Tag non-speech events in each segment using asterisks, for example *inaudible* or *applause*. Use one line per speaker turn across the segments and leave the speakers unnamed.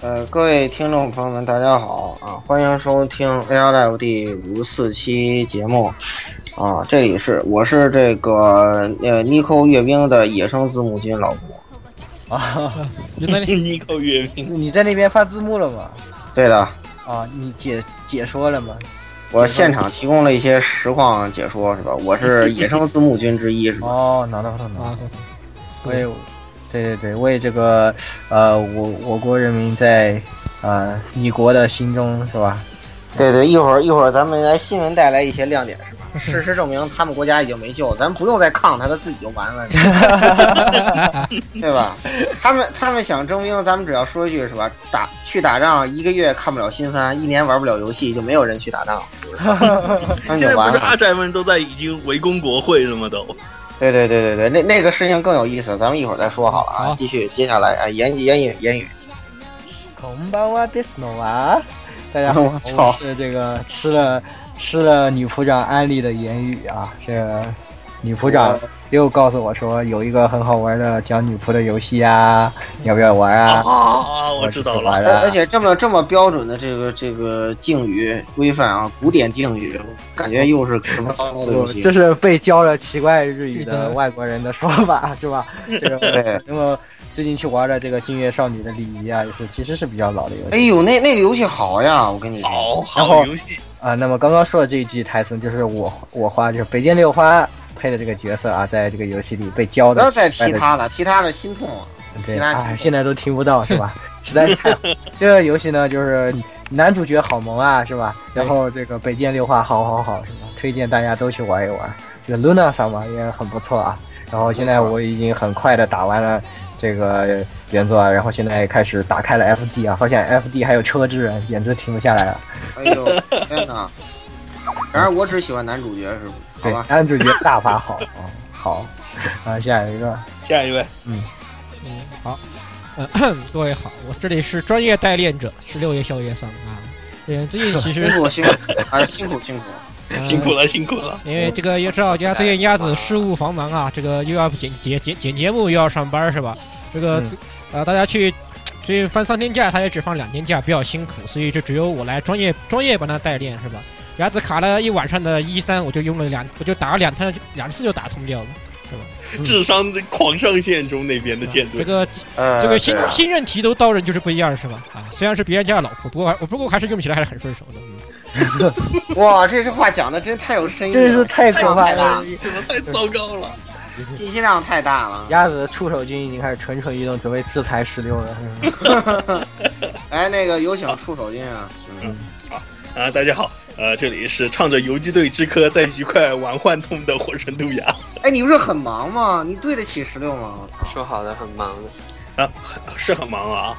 呃各位听众朋友们，大家好啊！欢迎收听 AI Live 第五四期节目啊！这里是我是这个呃 Nico 阅兵的野生字幕君老吴。
啊，
你在那
一口月饼，
你在那边发字幕了吗？
对的，
啊，你解解说了吗？
我现场提供了一些实况解说，是吧？我是野生字幕君之一，是吧？
哦，拿到了，拿到了。我也，对对对，为这个呃，我我国人民在呃你国的心中是吧？
对对，一会儿一会儿咱们来新闻带来一些亮点，
*laughs*
是吧？事实证明他们国家已经没救，咱不用再抗他，他自己就完了，
*laughs*
对吧？他们他们想征兵，咱们只要说一句是吧？打去打仗一个月看不了新番，一年玩不了游戏，就没有人去打仗，是不是
*laughs*
他们
现
就
在不
完
是啊
了
阿。宅们都在已经围攻国会了吗？都
对对对对对，那那个事情更有意思，咱们一会儿再说好了啊。
好
继续，接下来啊，言言语言语，
空巴哇迪斯诺娃，大家好，
我操
是这个吃了吃了女部长安利的言语啊，这个女部长又告诉我说有一个很好玩的讲女仆的游戏啊，你要不要玩啊？
啊，我知道
我
了
是。
而而且这么这么标准的这个这个敬语规范啊，古典敬语，我感觉又是什么糟糕的游戏？
这是被教了奇怪日语的
日语的
外国人的说法，是吧？这
对
个，那么最近去玩的这个《静月少女的礼仪》啊，也是其实是比较老的游
哎
戏
呦，那那个游戏好呀，我跟你说，
好
然
好
后
游戏，
啊、那么刚刚说的这一句台词就是我我花就是北见六花配的这个角色啊，在这个游戏里被教
不
的
要
奇
再
怪
提
的
他了，提他的心痛。
对，
提他
哎
提，
现在都听不到是吧？实在是太这个游戏呢，就是男主角好萌啊，是吧？然后这个北见六花好好好，是吧？推荐大家都去玩一玩。这个 Luna 萨嘛也很不错啊。然后现在我已经很快的打完了这个原作啊，然后现在开始打开了 FD 啊，发现 FD 还有车之人，简直停不下来了。
哎呦，天哪！然而我只喜欢男主角，是吧？好
对
吧，，
男主角大法好啊、好。啊，下一个，
下一位，
嗯，好，呃， *clears throat* 各位好，我这里是专业代练者，是六月校月桑啊。嗯，
*laughs*
最近其实
辛苦辛苦啊，辛苦辛苦。
呃
辛苦了，辛苦了。
因为这个也知道，家最近鸭子事务繁忙啊，这个又要剪节剪剪节目，又要上班是吧？这个、
嗯
呃，大家去最近放三天假，他也只放两天假，比较辛苦，所以这只有我来专业专业帮他代练是吧？鸭子卡了一晚上的一三，我就用了两，我就打了两天，两次就打通掉了。嗯
智商狂上线中那边的舰
这
队，
个
呃，
这个新
对啊
新任提督刀人就是不一样是吧？啊，虽然是别人家的老婆，不过还我不过还是用起来还是很顺手的。嗯
啊哇，这句话讲的真太有深意
真是
了，
太
哎太
可怕了！
怎么太糟糕了？
信息量太大了。
鸭子的触手君已经开始蠢蠢欲动，准备制裁十六了。 *laughs* 嗯
哎，那个有请触手君啊，嗯，
啊，大家好，呃，这里是唱着游击队之歌在愉快玩幻痛的火神杜亚。
哎，你不是很忙吗？你对得起十六吗？
说好的很忙的，
是很忙啊，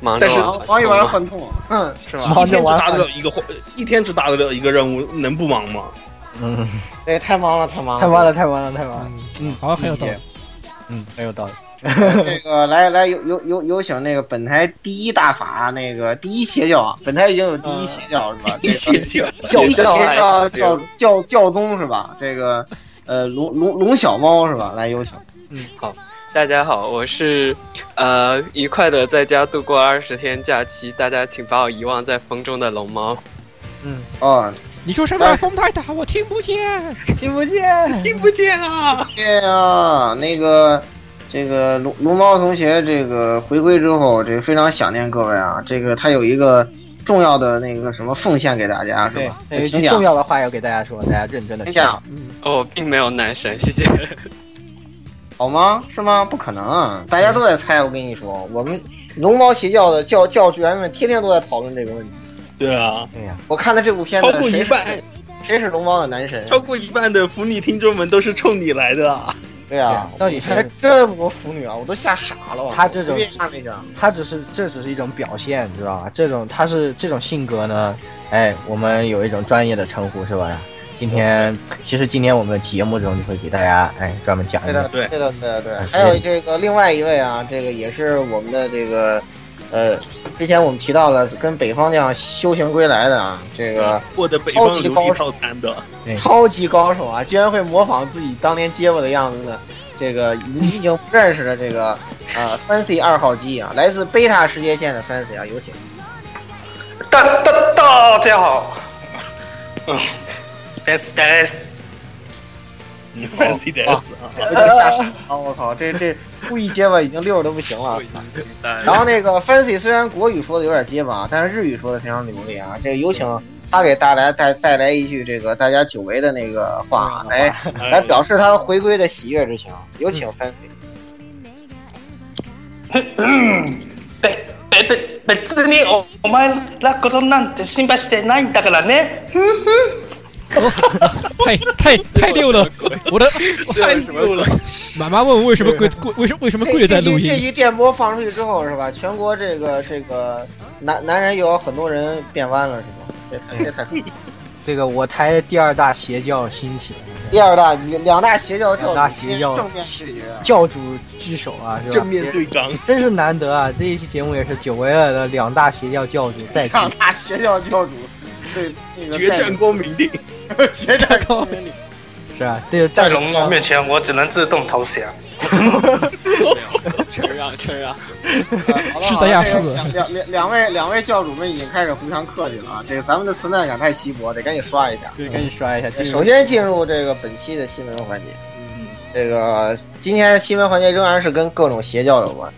忙着
但是
我
玩
操，玩一玩幻痛，嗯哼，
哦是
忙
吧？
一天只达得了一个，一天只达得了一个任务，能不忙吗？
嗯，
对，太忙了，太忙了，
太忙了，太忙了，太忙了。
嗯，好，很有道理
理。
嗯，很有道理。
这个来来有有有有请那个本台第一大法那个第一邪教，啊，本台已经有第一邪教是吧？
一
这
天就
个
教
教
派
教教教教宗是吧？这个呃龙龙龙小猫是吧？来有请，
大家好，我是呃愉快的在家度过二十天假期，大家请把我遗忘在风中的龙猫。
嗯，
哦，
你说什么？风太大，我听不见。
听不见。
听不见啊！
对啊，那个这个龙龙猫同学这个回归之后，这非常想念各位啊，这个他有一个重要的那个什么奉献给大家是
对
吧，？
有一
请
句重
讲，
要的话要给大家说，大家认真的
请
听。
讲，
嗯，
哦，我并没有男神，谢谢。
好吗？是吗？不可能，大家都在猜。我跟你说，我们龙猫邪教的教教职员们天天都在讨论这个问题。
对啊，
对呀，
我看了这部片子，
超过一半，
谁是谁是龙猫的男神？
超过一半的腐女听众们都是冲你来的啊！
对啊，
到底
还
是
这么多腐女啊，我都吓傻了。
他这
我随
种嗯
便看了一下，
他只是这只是一种表现，你知道吧？这种他是这种性格呢，哎，我们有一种专业的称呼是吧？今天其实今天我们节目中就会给大家哎专门讲一
对
下
的，。
对
对的，对的，对的
哎。
还有这个另外一位啊，这个也是我们的这个，呃，之前我们提到了跟北方将修行归来的啊，这个
获得北方奴隶套餐的，
超级高手啊，居然会模仿自己当年结巴的样子的，这个你已经不认识的这个啊，Fancy 二号机啊，来自贝塔世界线的 Fancy 啊，有请。
大大大家好，嗯，yes yes，
，fancy dance 啊，
有点吓傻了，我靠，这这故意结巴已经溜的不行了。然后那个 Fancy 虽然国语说的有点结巴啊，但是日语说的非常流利啊。这有请他给大家带带来一句这个大家久违的那个话啊，来来表示他回归的喜悦之情。有请 Fancy。
べべべ別におお前らことなんて心配してないんだからね。
太太太
*laughs*
溜了！我的哦
太溜了，
妈妈问我为什么跪跪为什为什么跪着在录
这这
音？
一电波放出去之后是吧？全国这个这个男男人又有很多人变弯了是吧？这太这太
这个我台第二大邪教兴起，
第二大两大邪教教主
两大邪教
正面对决啊，
教主聚首啊，是吧
正？面对刚，
真是难得啊！这一期节目也是久违了的两大邪教教主
*laughs*
再聚，
两大邪教教主对那个
决战光明
*laughs*
顶。
在决战
*laughs*
光明里，
是吧？这个
在龙龙面前，我只能自动投降。
承让承让，
啊好了
是的呀
好了
是的
两两两两位两位教主们已经开始互相客气了啊！这个咱们的存在感太稀薄，得赶紧刷一下。
对，跟你刷一下，进入
首先进入这个本期的新闻环节。
嗯，
这个今天新闻环节仍然是跟各种邪教有关。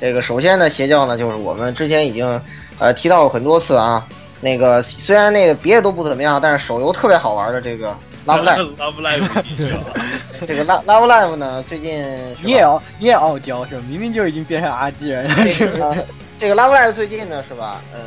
这个首先呢，邪教呢，就是我们之前已经呃提到过很多次啊。那个虽然那个别的都不怎么样，但是手游特别好玩的这个 Love
*laughs*
Live，
Love Live，
对
这个 Love Love Live 呢，最近是吧
你也傲，你也傲娇是吧？明明就已经变成阿基人 *laughs* 了，
这个呃这个 Love Live 最近呢是吧？呃，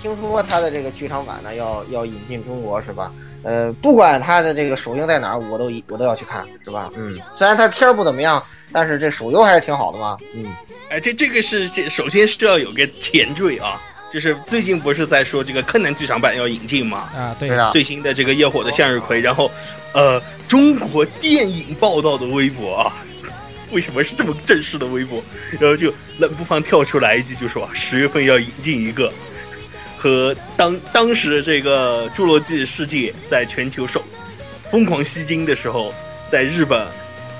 听说它的这个剧场版呢要要引进中国是吧？呃，不管它的这个首映在哪儿，我都一我都要去看是吧？嗯，虽然它片儿不怎么样，但是这手游还是挺好的嘛。嗯，
哎，这这个是这首先是要有个前缀啊，就是最近不是在说这个柯南剧场版要引进吗？
啊，对
对，啊，
最新的这个夜火的向日葵，然后，呃，中国电影报道的微博啊， *laughs* 为什么是这么正式的微博？然后就冷不防跳出来一句，就说啊十月份要引进一个，和当当时这个《侏罗纪世界》在全球首疯狂吸金的时候，在日本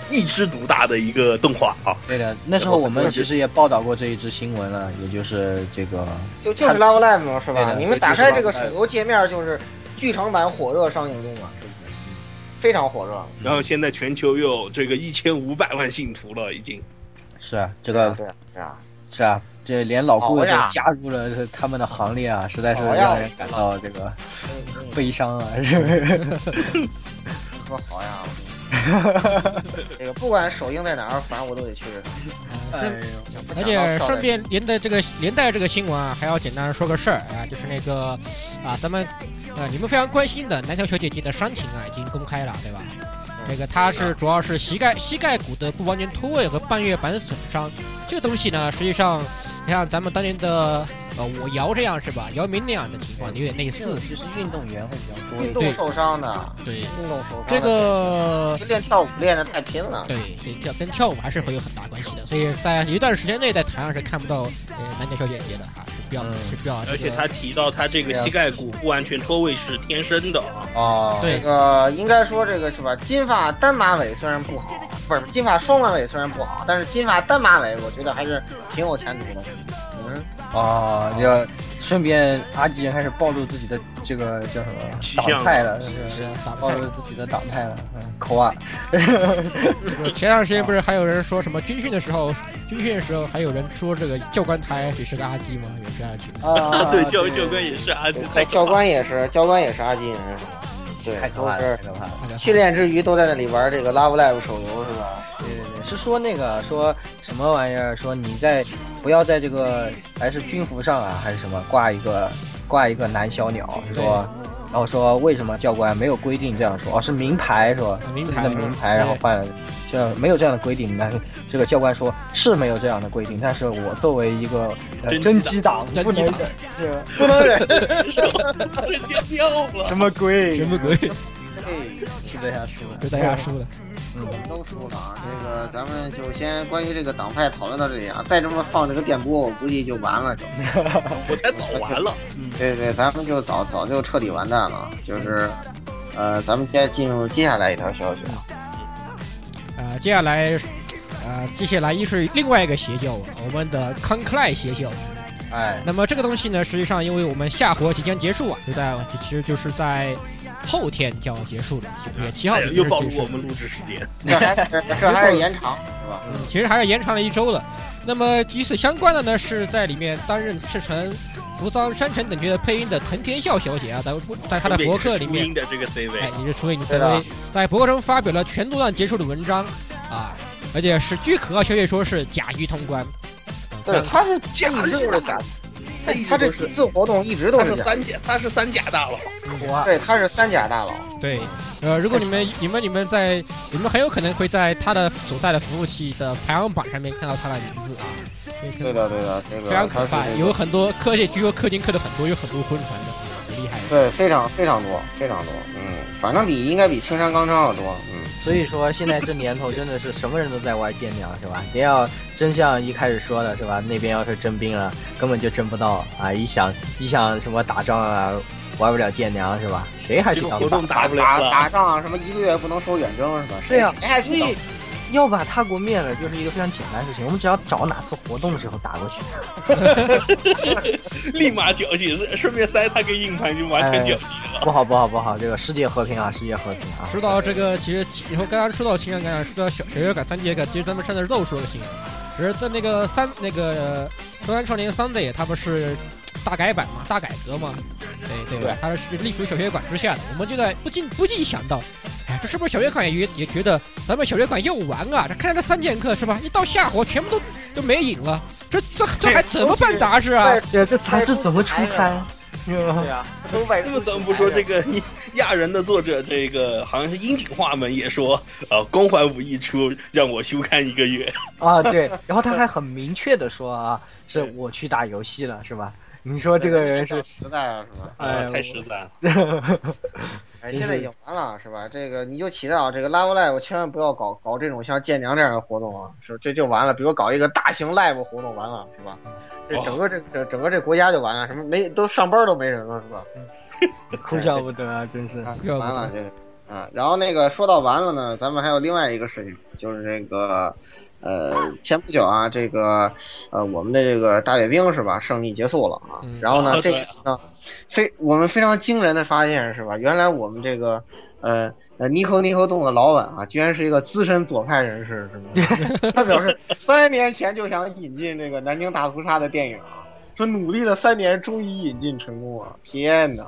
一枝独大的一个动画啊，
对的，那时候我们其实也报道过这一支新闻了，也就是这个，
就就是 Love Live 嘛，是
对
吧
的？
你们
对
打
就是
开
Love
这个手游界面，就是剧场版火热上映中嘛，是不是？非常火热。
然后现在全球又有这个一千五百万信徒了，已经。
是啊，这个
对啊，对啊，
是啊，这连老顾
好
都
呀
加入了他们的行列啊，实在是
好呀
让人感到这个
嗯 *laughs* 嗯，
悲伤啊，是不是？
说好
*laughs*
呀。这个不管首映在哪儿，反正我都得去。
哎
哎
不
而
想
且
当少年
顺便连带这个连带这个新闻啊，还要简单说个事儿啊，就是那个啊，咱们呃你们非常关心的南条小姐姐的伤情啊，已经公开了，对吧？
嗯
这个她是主要是膝盖膝盖骨的不完全脱位和半月板损伤，这个东西呢，实际上像咱们当年的呃我姚这样是吧，姚明那样的情况有点类似，
其实运动员会比较多一
运
点。
动受伤的，
对
运动受伤的
这个
练跳舞练的太拼了。
对对跳跟跳舞还是会有很大关系的，所以在一段时间内在台上是看不到呃南条小姐姐的啊，是不要是不要这个。
而且他提到他这个
对啊
膝盖骨不完全脱位是天生的啊。
哦，
对
这个应该说这个是吧？金发单马尾虽然不好，不是金发双马尾虽然不好，但是金发单马尾我觉得还是挺有前途的。嗯，
哦，要顺便阿吉人开始暴露自己的这个叫什么
取向
党派了，是
是
不
是
是？
呃打
暴
爆
露自己的党派了，嗯，口啊，
前段时间不是还有人说什么军训的时候，军训的时候还有人说这个教官台只是个阿基吗？有这样的群。
啊
对，教教官也是哎阿基太
教官也是，教官也是阿基人，是吧
*laughs*
对，
太可
都
怕了，
是
太可怕了。
训练之余都在那里玩这个 Love Live 手游是吧？
对对对，是说那个说什么玩意儿？说你在不要在这个还是军服上啊，还是什么挂一个挂一个南小鸟，是说，然后说为什么教官没有规定这样说？哦，是名牌是吧？
名牌
自己的名牌，
对
然后换了。这没有这样的规定，但是这个教官说是没有这样的规定，但是我作为一个呃
真
真
机
机党，
真
不
机
能
党
忍， *laughs* 这不能忍，
瞬间掉了。
什么鬼？
什么鬼？
嘿，
*laughs* 是这样说
就
的？
大家输了，
嗯，
都输了啊！这个咱们就先关于这个党派讨论到这里啊，再这么放这个电波，我估计就完了就。
我才早完了，
对对，咱们就早早就彻底完蛋了，就是，呃，咱们先进入接下来一条消息啊。
啊、接下来，啊、呃，接下来一是另外一个邪教，我们的康克莱邪教。
哎，
那么这个东西呢，实际上因为我们下活即将结束啊，就在其实就是在后天就要结束了，九月七号
哎
就
呀
是
又暴
结
露
束
我。们录制时间。
这还是这还是延长是吧？
嗯其实还是延长了一周了。那么与此相关的呢，是在里面担任赤城、扶桑、呃山城等级的配音的藤田孝小姐啊，在在她的博客里
初
面，
音的这个 CV，
哎，也是出于你
对
三
的
位在博客中发表了全作段结束的文章啊，而且是据可靠消息说是甲鱼通关。
对，他是
这
一直都是假，
哎
他一直
他这
都
几
是，
次活动一直都
他
是
是
假，
三甲，他是三甲大佬。
哇，
对，他是三甲大佬。
对，呃，如果你们你们你们在你们很有可能会在他的所在的服务器的排行榜上面看到他的名字啊，所以可
对的，对的，这个
非常
他
可
是
怕，
这个
有很多氪金，据说氪金氪的很多，有很多昏船的，很厉害。
对非常非常多，非常多。嗯，反正比应该比青山刚昌要多。嗯，
所以说现在这年头真的是什么人都在玩剑娘是吧？别要真像一开始说的是吧？那边要是征兵了，根本就征不到啊！一想一想什么打仗啊，玩不了剑娘是吧？谁还
这
去
个
当
活
兵？
动打
打
不了
打
了。
打仗啊什么一个月不能收远征啊是吧？
对呀
谁还去
哎所
打
以要把他国灭了，就是一个非常简单的事情。我们只要找哪次活动的时候打过去，
立马搅起，顺顺便塞他个硬盘就完全搅起了。
不好不好不好，这个世界和平啊，世界和平啊！
说到这个，其实以后刚刚说到情感感染，说到小小学感三节课，其实咱们上次漏说了个新闻，只是在那个三那个《中央少年 Sunday》，它不是大改版嘛，大改革嘛，对对吧？它是隶属于小学馆之下的，我们就在不禁不禁想到，哎，这是不是小学馆也也觉得咱们小学馆又完啊？这看来这三剑客是吧？一到下火全部都都没影了，这这这还怎么办杂志啊？
这这杂志怎么初刊？
对呀，都外
那么咱们不说这个亚人的作者，这个好像是樱井画门也说，呃，光环五一出让我休刊一个月。
*laughs* 啊，对，然后他还很明确的说啊，是我去打游戏了，是吧？你说这个人是，
实在啊是吧？
哎
啊，太实在了。
哎，
真
现在
是
已经完了是吧？这个你就祈祷这个 Love Live 千万不要搞搞这种像建娘这样的活动啊，是吧这就完了。比如搞一个大型 Live 活动完了是吧？这
哇
整个这整整个这国家就完了，什么没都上班都没人了是吧？
哭笑不得啊，真是。
啊
要不
完了
咱
这个啊，然后那个说到完了呢，咱们还有另外一个事情，就是这个呃，前不久啊，这个呃，我们的这个大阅兵是吧，胜利结束了啊
嗯，
然后呢
啊，
这
对
次呢，非我们非常惊人的发现是吧，原来我们这个呃。呃，尼科尼科洞的老板啊，居然是一个资深左派人士，是吧？ *laughs* 他表示三年前就想引进这个南京大屠杀的电影，啊说努力了三年，终于引进成功了。天哪！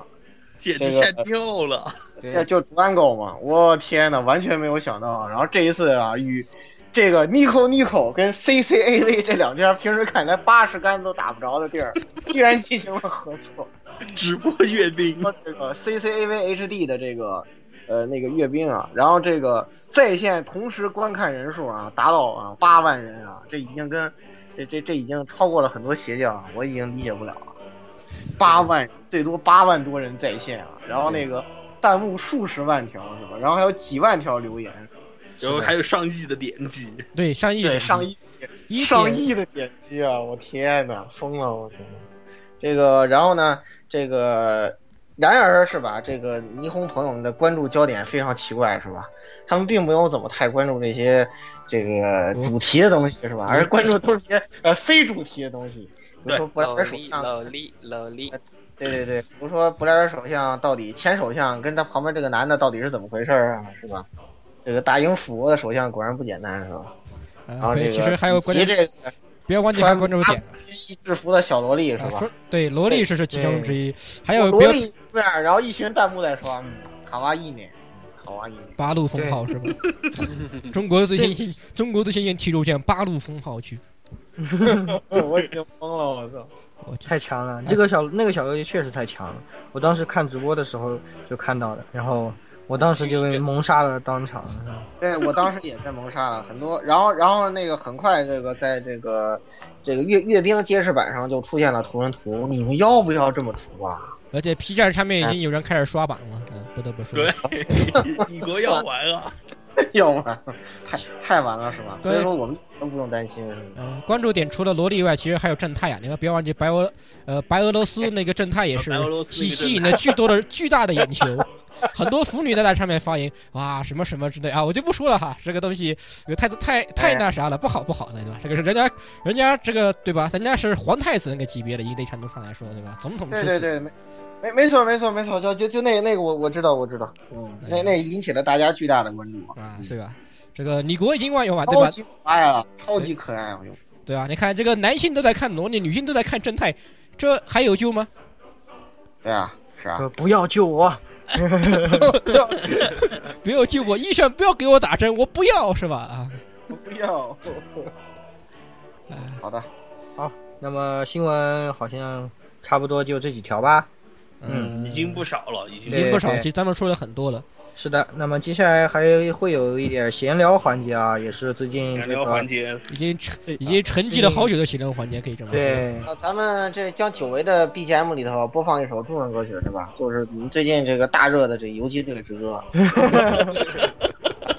简直吓掉了！
这呃就独安狗嘛，我天呐，完全没有想到。然后这一次啊，与这个 Nico Nico 跟 CCAV 这两家平时看来八十杆都打不着的地儿， *laughs* 居然进行了合作。
直播阅兵，
说这个 CCAV HD 的这个呃那个阅兵啊，然后这个在线同时观看人数啊达到啊八万人啊，这已经跟这这这已经超过了很多邪教啊，我已经理解不了了。八万最多八万多人在线啊，然后那个弹幕数十万条是吧？然后还有几万条留言，
然后还有上亿的点击，
对，上亿
对，
人
上亿
一点
上亿的点击啊！我天哪，疯了！我天哪，这个，然后呢，这个，然而是吧，这个霓虹朋友们的关注焦点非常奇怪，是吧？他们并没有怎么太关注这些这个主题的东西，是
嗯
吧？而关注都是些呃非主题的东西，比如说布莱
老
尔首
力
相，
老力老力，
对对对，比如说布莱尔首相到底前首相跟他旁边这个男的到底是怎么回事儿啊，是吧？这个大英府的首相果然不简单，是吧？然
啊，
后这
对，
个
其实还有关
以及
键，
这个。
不要忘记还有关注点。
制服的小萝莉是
啊，
吧哦
说？对，萝莉是是其中之一，还有不
萝
要
莉这样，然后一群弹幕在说嗯卡哇伊呢，嗯卡哇伊呢。
八路风炮是吧？
*laughs*
中国最新新 *laughs* 中国最新型骑逐舰八路风炮区，
*laughs* 我已经疯了，我操！
我去
太强了！这个小那个小游戏确实太强了，我当时看直播的时候就看到了，然后我当时就被萌杀了当场。
啊
对我当时也被谋杀了很多，然后然后那个很快这个在这个这个阅阅兵揭示板上就出现了图人图，你们要不要这么出啊？ *laughs*
而且 P 站上面已经有人开始刷榜了，嗯，不得不说
对，
*laughs*
米国要完了。
要完了，太太完了是吧？
对
所以说我们都不用担心是吧？
嗯，关注点除了萝莉以外，其实还有正太啊，你们不要忘记白俄呃白俄罗斯那个正太也是
啊白俄罗斯那个正
吸
太
吸引了巨多的巨大的眼球， *laughs* 很多腐女在那上面发言，哇，什么什么之类啊，我就不说了哈，这个东西有太多太太那啥了，不好不好的，对吧？这个是人家人家这个对吧？人家是皇太子那个级别的，一定程度上来说，对吧？总统之
对
子，
对对，没没没错没错没错，就就就那那个我我知道我知道，嗯，
哎
那那引起了大家巨大的关注啊，
啊，对吧？这个李国已经玩有啊，对
超
吧？
级可爱啊，超级可爱，我就
对啊，你看这个男性都在看萝莉，女性都在看正太，这还有救吗？
对啊，是啊，
说不要救我，
不要救我，医生不要给我打针，我不要是吧？啊，
不要，
哎
好的，
那么新闻好像差不多就这几条吧。
嗯，已经不少了，已经
已
不少了
经不少，
对
其实咱们说了很多了。
是的，那么接下来还会有一点闲聊环节啊，也是最近
闲
这
聊
个
环节，
已经沉已经沉寂了好久的闲聊环节，可以这么说。
对
嗯
那呃咱们这将久违的 BGM 里头播放一首中文歌曲是吧？就是你们最近这个大热的这游击队之
*laughs*
歌，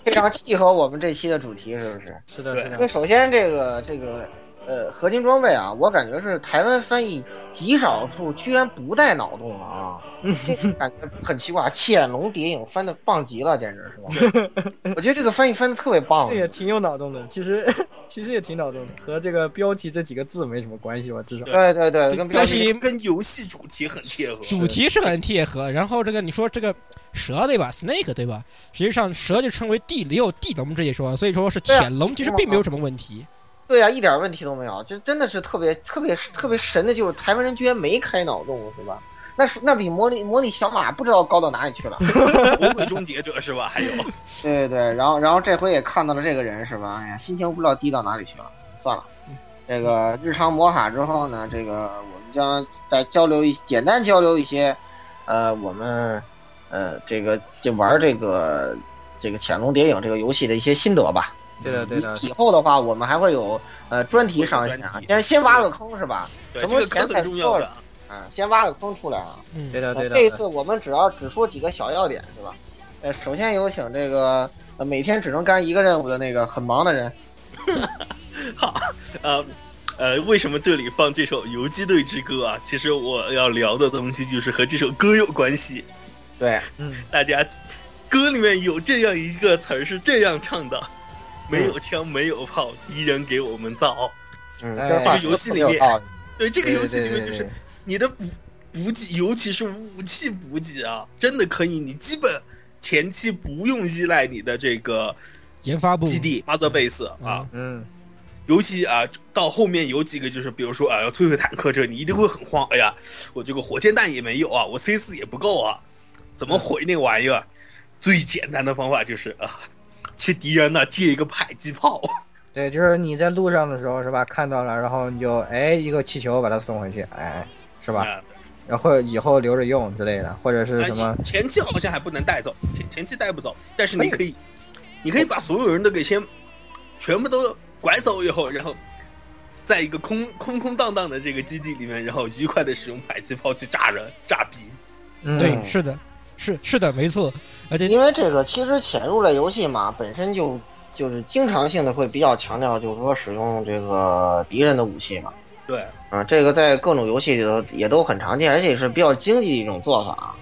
非常契合我们这期的主题，是不是？
是的
对
是
因为
的，
首先这个这个呃合金装备啊，我感觉是台湾翻译极少数居然不带脑洞了
*laughs*
啊，这个感觉很奇怪。潜龙谍影翻的棒极了，简直是吧？
*laughs*
我觉得这个翻译翻的特别棒
这。也挺有脑洞的，其实其实也挺脑洞的，和这个标题这几个字没什么关系吧，至少。
对对对，
这
跟标
但
题
是
跟游戏主题很贴合。
主题是很贴合。然后这个你说这个蛇对吧，snake 对吧？实际上蛇就称为地也有地龙这一说，所以说是
对啊
潜龙，其实并没有什么问题。
对啊，一点问题都没有，就真的是特别特别特别神的，就是台湾人居然没开脑洞，是吧？那是那比魔力魔力小马不知道高到哪里去了。
*laughs* 魔鬼终结者是吧？
*laughs*
还有，
对对对，然后然后这回也看到了这个人是吧？哎呀，心情不知道低到哪里去了，算了。这个日常魔法之后呢，这个我们将再交流一简单交流一些，呃，我们呃这个就玩这个这个《潜龙谍影》这个游戏的一些心得吧。
对的对的
以后的话，我们还会有呃专题上线啊
专，题
先先挖个坑是吧？
对
什
这
么
个
前
坑
菜
很重要
说
的
了，啊，先挖个坑出来啊。
嗯
对，的对的
这一次我们只要只说几个小要点，是吧？呃，首先有请这个、呃、每天只能干一个任务的那个很忙的人，
呃。呃，为什么这里放这首《游击队之歌》啊？其实我要聊的东西就是和这首歌有关系。
对，
大家歌里面有这样一个词儿是这样唱的：没
嗯
有枪，没有炮，敌人给我们造。
嗯，
哎
这话
这个游戏
说得
里
有
面
道理，
对，这个
对
游戏里面
对
就是
对
你的补补给，尤其是武器补给啊，真的可以，你基本前期不用依赖你的这个
研发部
基地 Mother Base 啊，
嗯，
尤其啊到后面有几个就是，比如说啊要摧毁坦克这，你一定会
嗯
很慌，哎呀，我这个火箭弹也没有啊，我 C 四也不够啊，怎么毁那玩意
嗯
儿？最简单的方法就是啊，去敌人那借一个迫击炮，
对，就是你在路上的时候是吧，看到了，然后你就哎一个气球把它送回去，哎，是吧？
啊
然后以后留着用之类的，或者是
哎
什么？
前期好像还不能带走，前前期带不走，但是你可以，你可以把所有人都给先全部都拐走以后，然后在一个空空空荡荡的这个基地里面，然后愉快的使用迫击炮去炸人、炸逼。
嗯，
对，是的，是是的，没错，而且
因为这个其实潜入类游戏嘛，本身就就是经常性的会比较强调，就是说使用这个敌人的武器嘛，
对，
啊，这个在各种游戏里头也都很常见，而且也是比较经济的一种做法。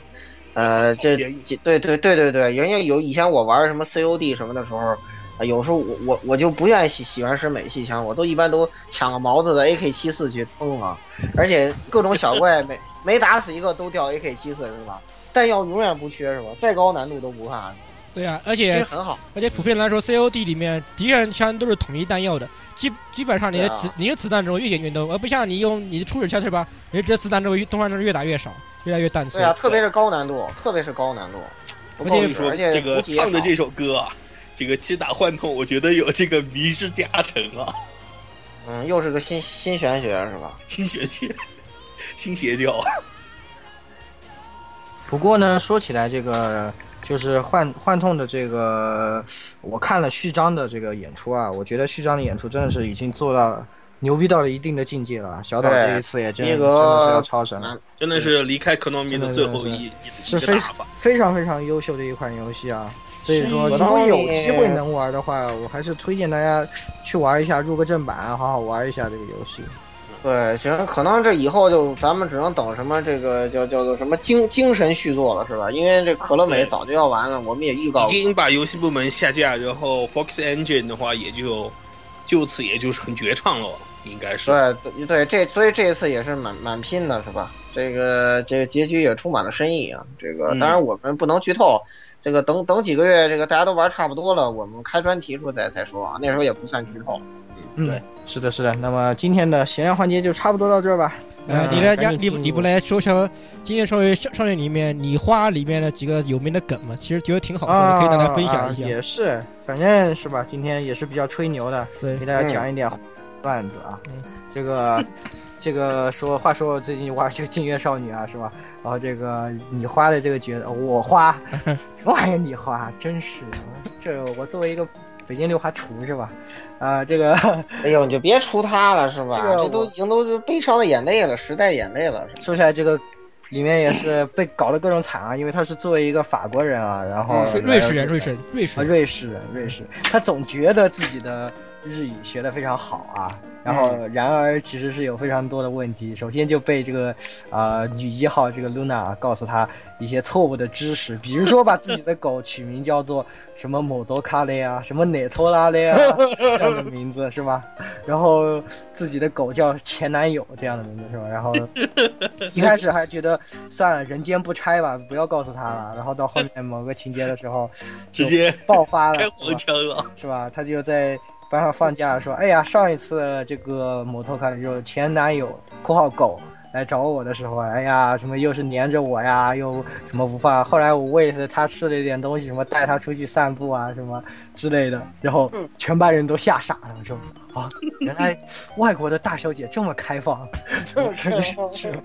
呃，这
便宜
这对对对对对，人家有以前我玩什么 COD 什么的时候，啊，有时候我我我就不愿意喜喜欢使美系枪，我都一般都抢个毛子的 AK 七四去冲啊，而且各种小怪每每打死一个都掉 AK 七四是吧？弹药永远不缺是吧？再高难度都不怕，
对啊，而
其实
且
很好。
而且普遍来说，COD 里面敌人枪都是统一弹药的，基基本上你的
对啊
子、你的子弹只会越减越多，而不像你用你的初始枪对吧？你这子弹只会动画是越打越少，越来越淡
对
脆。
啊，特别是高难度，特别是高难度。不
而且
够使
所以说
而且
这个
补给也
唱的
少
这首歌啊，这个七打幻痛，我觉得有这个迷之加成啊，
嗯，又是个新新玄学是吧？
新玄学、新邪教啊。
不过呢，说起来这个就是幻幻痛的这个，我看了序章的这个演出啊，我觉得序章的演出真的是已经做到牛逼到了一定的境界了。啊小岛
对
这一次也真的
那
真
个
的是要超神了，
真的是离开 Konami 的最后
真的
一
是
一个
非
打法，
非常非常优秀的一款游戏啊。所以说，
是
如果
我
有
当
机会
年
能玩的话，我还是推荐大家去玩一下，入个正版，好好玩一下这个游戏。
对，行，可能这以后就咱们只能等什么这个叫叫做什么精精神续作了，是吧？因为这可乐美
对
早就要完了，我们也预告
已经把游戏部门下架，然后 Fox Engine 的话也就就此也就是很绝唱了，应该是。
对对对，这所以这一次也是蛮蛮拼的，是吧？这个这个结局也充满了深意啊。这个
嗯
当然我们不能剧透，这个等等几个月，这个大家都玩差不多了，我们开专题时候再再说啊。那时候也不算剧透。
嗯
对，
是的，是的。那么今天的闲聊环节就差不多到这儿吧。
呃，
嗯
你来
赶
家，
紧
你
进入
你不来说说今天稍微少少年里面你花里面的几个有名的梗嘛？其实觉得挺好玩的，可以大家分享
啊
一下。
也是，反正是吧，今天也是比较吹牛的，
对
给，大家讲一点段子啊。
嗯
这个，这个说，话说最近玩这个《静月少女》啊，是吧？然后这个你花的这个角色，我
*laughs*
花什么玩意儿？你花，真是的这我作为一个北京六花厨是吧？啊、这个
哎呦，你就别出他了，是吧？
这个
这都
我
已经都是悲伤的眼泪了，时代眼泪了，是吧？
说起来这个。里面也是被搞得各种惨啊，因为他是作为一个法国人啊，然后
嗯是瑞士人，瑞士人，瑞
啊，
士人，
瑞士人，瑞士，他总觉得自己的日语学得非常好啊，然后
嗯
然而其实是有非常多的问题。首先就被这个啊、呃女一号这个 Luna 告诉他一些错误的知识，比如说把自己的狗取名叫做什么某多卡雷啊，什么哪托拉雷啊这样的名字是吧？然后自己的狗叫前男友这样的名字是吧？然后一开始还觉得算了，人间不拆吧，不要告诉他了。然后到后面某个情节的时候，
直接
爆发了，
开
是
黄
吧
腔了，
是吧？他就在班上放假说：“哎呀，上一次这个摩托卡的就前男友（括号狗）来找我的时候，哎呀，什么又是黏着我呀，又什么不放。后来我喂了他吃了一点东西，什么带他出去散步啊，什么之类的。然后全班人都吓傻了，说啊，原来外国的大小姐这么开放， *laughs* 这种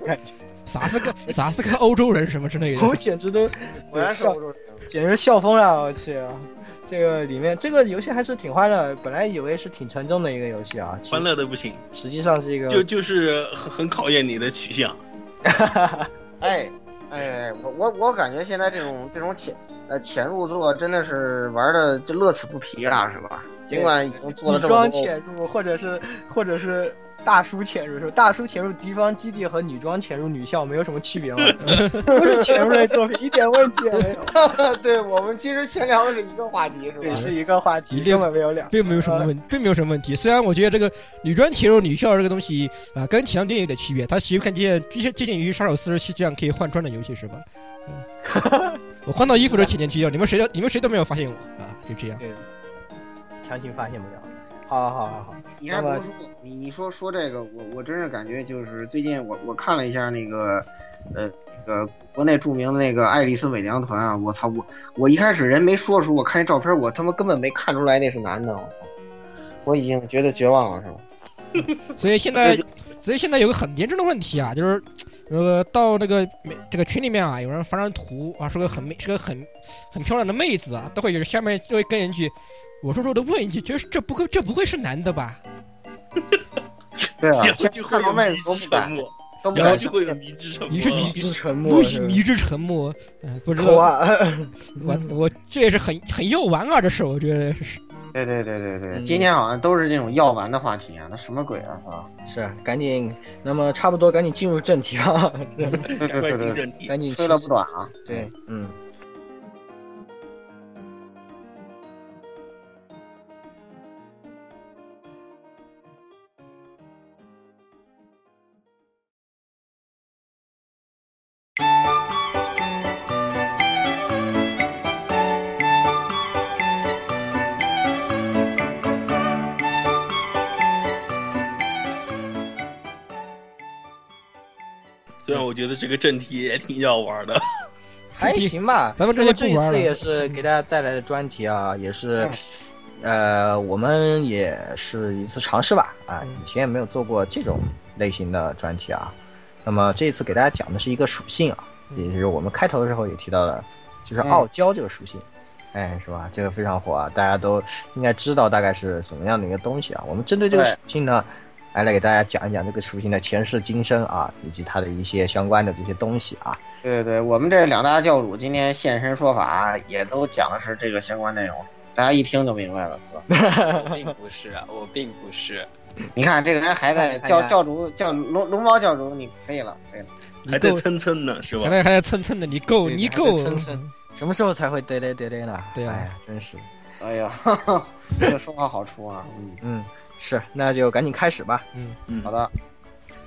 感觉，
啥是个啥是个欧洲人什么之类的
我。简直都
果然受
笑
不住。
简直笑疯了！我去，这个里面这个游戏还是挺欢乐的，本来以为是挺沉重的一个游戏啊，其
欢
实
乐的不行，
实际上是一个
就就是很很考验你的取向。
哎哎，我我我感觉现在这种这种潜呃潜入作真的是玩的就乐此不疲啊，是吧？尽管已经做了
女
这么
装
多，
潜入，或者是或者是大叔潜入，是吧大叔潜入敌方基地和女装潜入女校没有什么区别吗？都是潜入类作品，一点问题也没有，
*laughs* 对我们其实闲聊的是一个话题，是
对，
吧？
是一个话题，根本没有两。
并没有什么
*laughs*
问，并没有什么问题。虽然我觉得这个女装切入女校这个东西啊、跟前两天有点区别，它其实看接接接近于杀手四十七这样可以换装的游戏是吧？嗯、
*laughs*
我换到衣服都前前去掉，你们谁都你们谁都没有发现我啊，就这样。
对，强行发现不了。好好好好，
你还不如说你你说说这个，我我真是感觉就是最近我我看了一下那个，呃，那个国内著名的那个爱丽丝伪娘团啊，我操我我一开始人没说的时候，我看那照片，我他妈根本没看出来那是男的，我操，我已经觉得绝望了，是吧？
所以现在，所以现在有个很严重的问题啊，就是。呃，到那个这个群里面啊，有人发张图啊，说个很美，是个很很漂亮的妹子啊，都会有人下面就会跟一句，我弱弱的问一句，这是这不会这不会是男的吧？
对啊
然后就会
看到
有
妹
迷
子都
之
不
沉
敢，
默，
都不
然后
敢
就会有迷之沉默。
于是迷
一直沉默
无以
是吧，
迷之沉默，嗯、不
*laughs*
知
口
道
啊，
我我这也是很很诱玩啊，这是我觉得是。
对对对对对，
嗯
今天好像都是这种药丸的话题啊，那什么鬼啊？是吧？
是，赶紧，那么差不多，赶紧进入正题吧，
对对
嗯赶快
对
进
对，
正题。
*laughs* 赶紧
吹了不短啊。
对，嗯。
虽然我觉得这个正题也挺要玩的，
还行吧，
咱们这
这
些
这
不
一
玩
次
了嗯
也是给大家带来的专题啊，也是，呃，我们也是一次尝试吧，啊，
嗯
以前也没有做过这种类型的专题啊。那么这一次给大家讲的是一个属性啊，
嗯
也就是我们开头的时候也提到的，就是
哎
傲娇这个属性，哎，是吧？这个非常火啊，大家都应该知道大概是什么样的一个东西啊。我们针对这个
对
属性呢，来来给大家讲一讲这个属性的前世今生啊，以及它的一些相关的这些东西啊。
啊对对对，我们这两大教主今天现身说法，也都讲的是这个相关内容。大家一听就明白了，
*laughs*
是吧？
我并不是，我并不是。
你看这个人还在
哎呀
教教主教龙龙猫教主，你可以了，可以了。
你
还在
够，
蹭蹭呢，是
还
吧？
在还在蹭蹭的，你够，
对
你
还在
够，嗯
蹭蹭什么时候才会得嘞得嘞呢？
对啊
哎呀，真是，
哎呀， *laughs* 哈哈这个说话好出啊！嗯，
嗯，是，那就赶紧开始吧。
好的，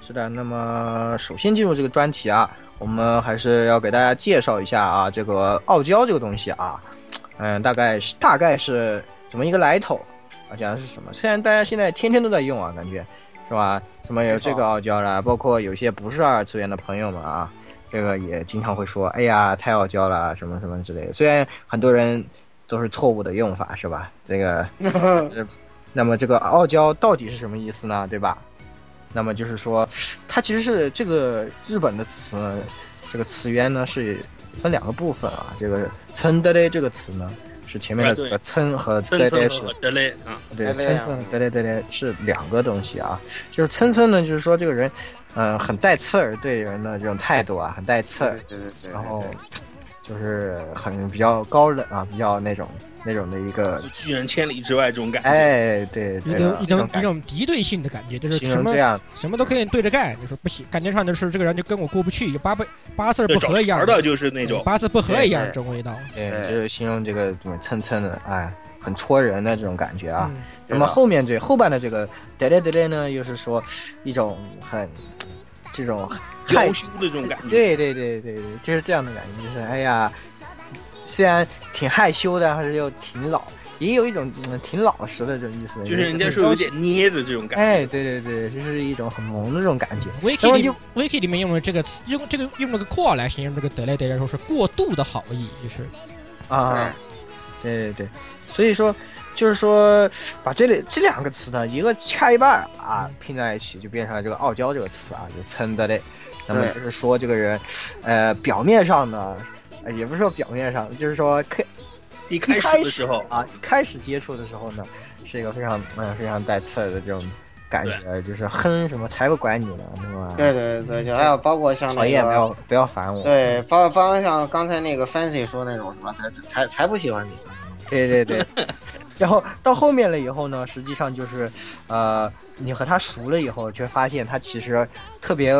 是的，那么首先进入这个专题啊，我们还是要给大家介绍一下啊，这个傲娇这个东西啊，嗯，大概是大概是怎么一个来头啊，讲的是什么？虽然大家现在天天都在用啊，感觉是吧？什么有这个傲娇啦，包括有些不是二次元的朋友们啊，这个也经常会说，哎呀，太傲娇了，什么什么之类的。虽然很多人都是错误的用法，是吧？这个那么这个傲娇到底是什么意思呢？对吧？那么就是说，它其实是这个日本的词，这个词源呢是分两个部分啊。这个“蹭的嘞”这个词呢，是前面的这
啊
个“
对
蹭”和“
蹭
呆呆”
蹭
是
和得嘞啊，
对，
还这
蹭
样
蹭对对对对，是两个东西啊。就是蹭蹭呢，就是说这个人，嗯、很带刺儿对人的这种态度啊，很带刺
对
儿，
对对对，
然后就是很比较高冷啊，比较那种那种的一个，
拒人千里之外这种感觉。
哎，对，
一
对
种一
这
种
种
一
感觉，
种敌对性的感觉，就是
形
什
容
么
这样，
什么都可以对着干，就是不行，感觉上就是这个人就跟我过不去，有八辈八字
对
不
找
合一样
茬，的就是那种，
八字不合一样
对
这种味道。
对，
对
就是形容哎这个怎么蹭蹭的，哎，很戳人的这种感觉啊。
嗯，
那么后面这后半的这个得嘞得嘞呢，又是说一种很这种害
娇羞的这种感觉。
对对对对对，就是这样的感觉，就是哎呀，虽然挺害羞的，但是又挺老，也有一种、嗯、挺老实的这种意思。
就是人家说有点捏的这种感觉，
哎，对对对，就是一种很萌的这种感觉。
Wiki
当然
里
就
Wiki 里面用了这个词，用这个用了个 “core” 来形容这个德莱德来说是过度的好意，就是
哎
啊，对对对，所以说就是说把这里这两个词呢，一个掐一半儿啊拼在一起，就变成了这个傲娇这个词啊，就蹭的嘞。那么
对
就是说这个人，呃，表面上呢，呃也不是说表面上，就是说可
一
一
开
开
始
始
的时候，
啊，一开始接触的时候呢，是一个非常嗯、非常带刺儿的这种感觉，就是哼什么才不管你呢，对吧？
对对对对，就还有包括像
讨
那
厌不要
个，
不要烦我。
对，包包括像刚才那个 Fancy 说那种什么，才才才不喜欢你。
对 *laughs* 对对。然后到后面了以后呢，实际上就是，呃，你和他熟了以后，就会发现他其实特别，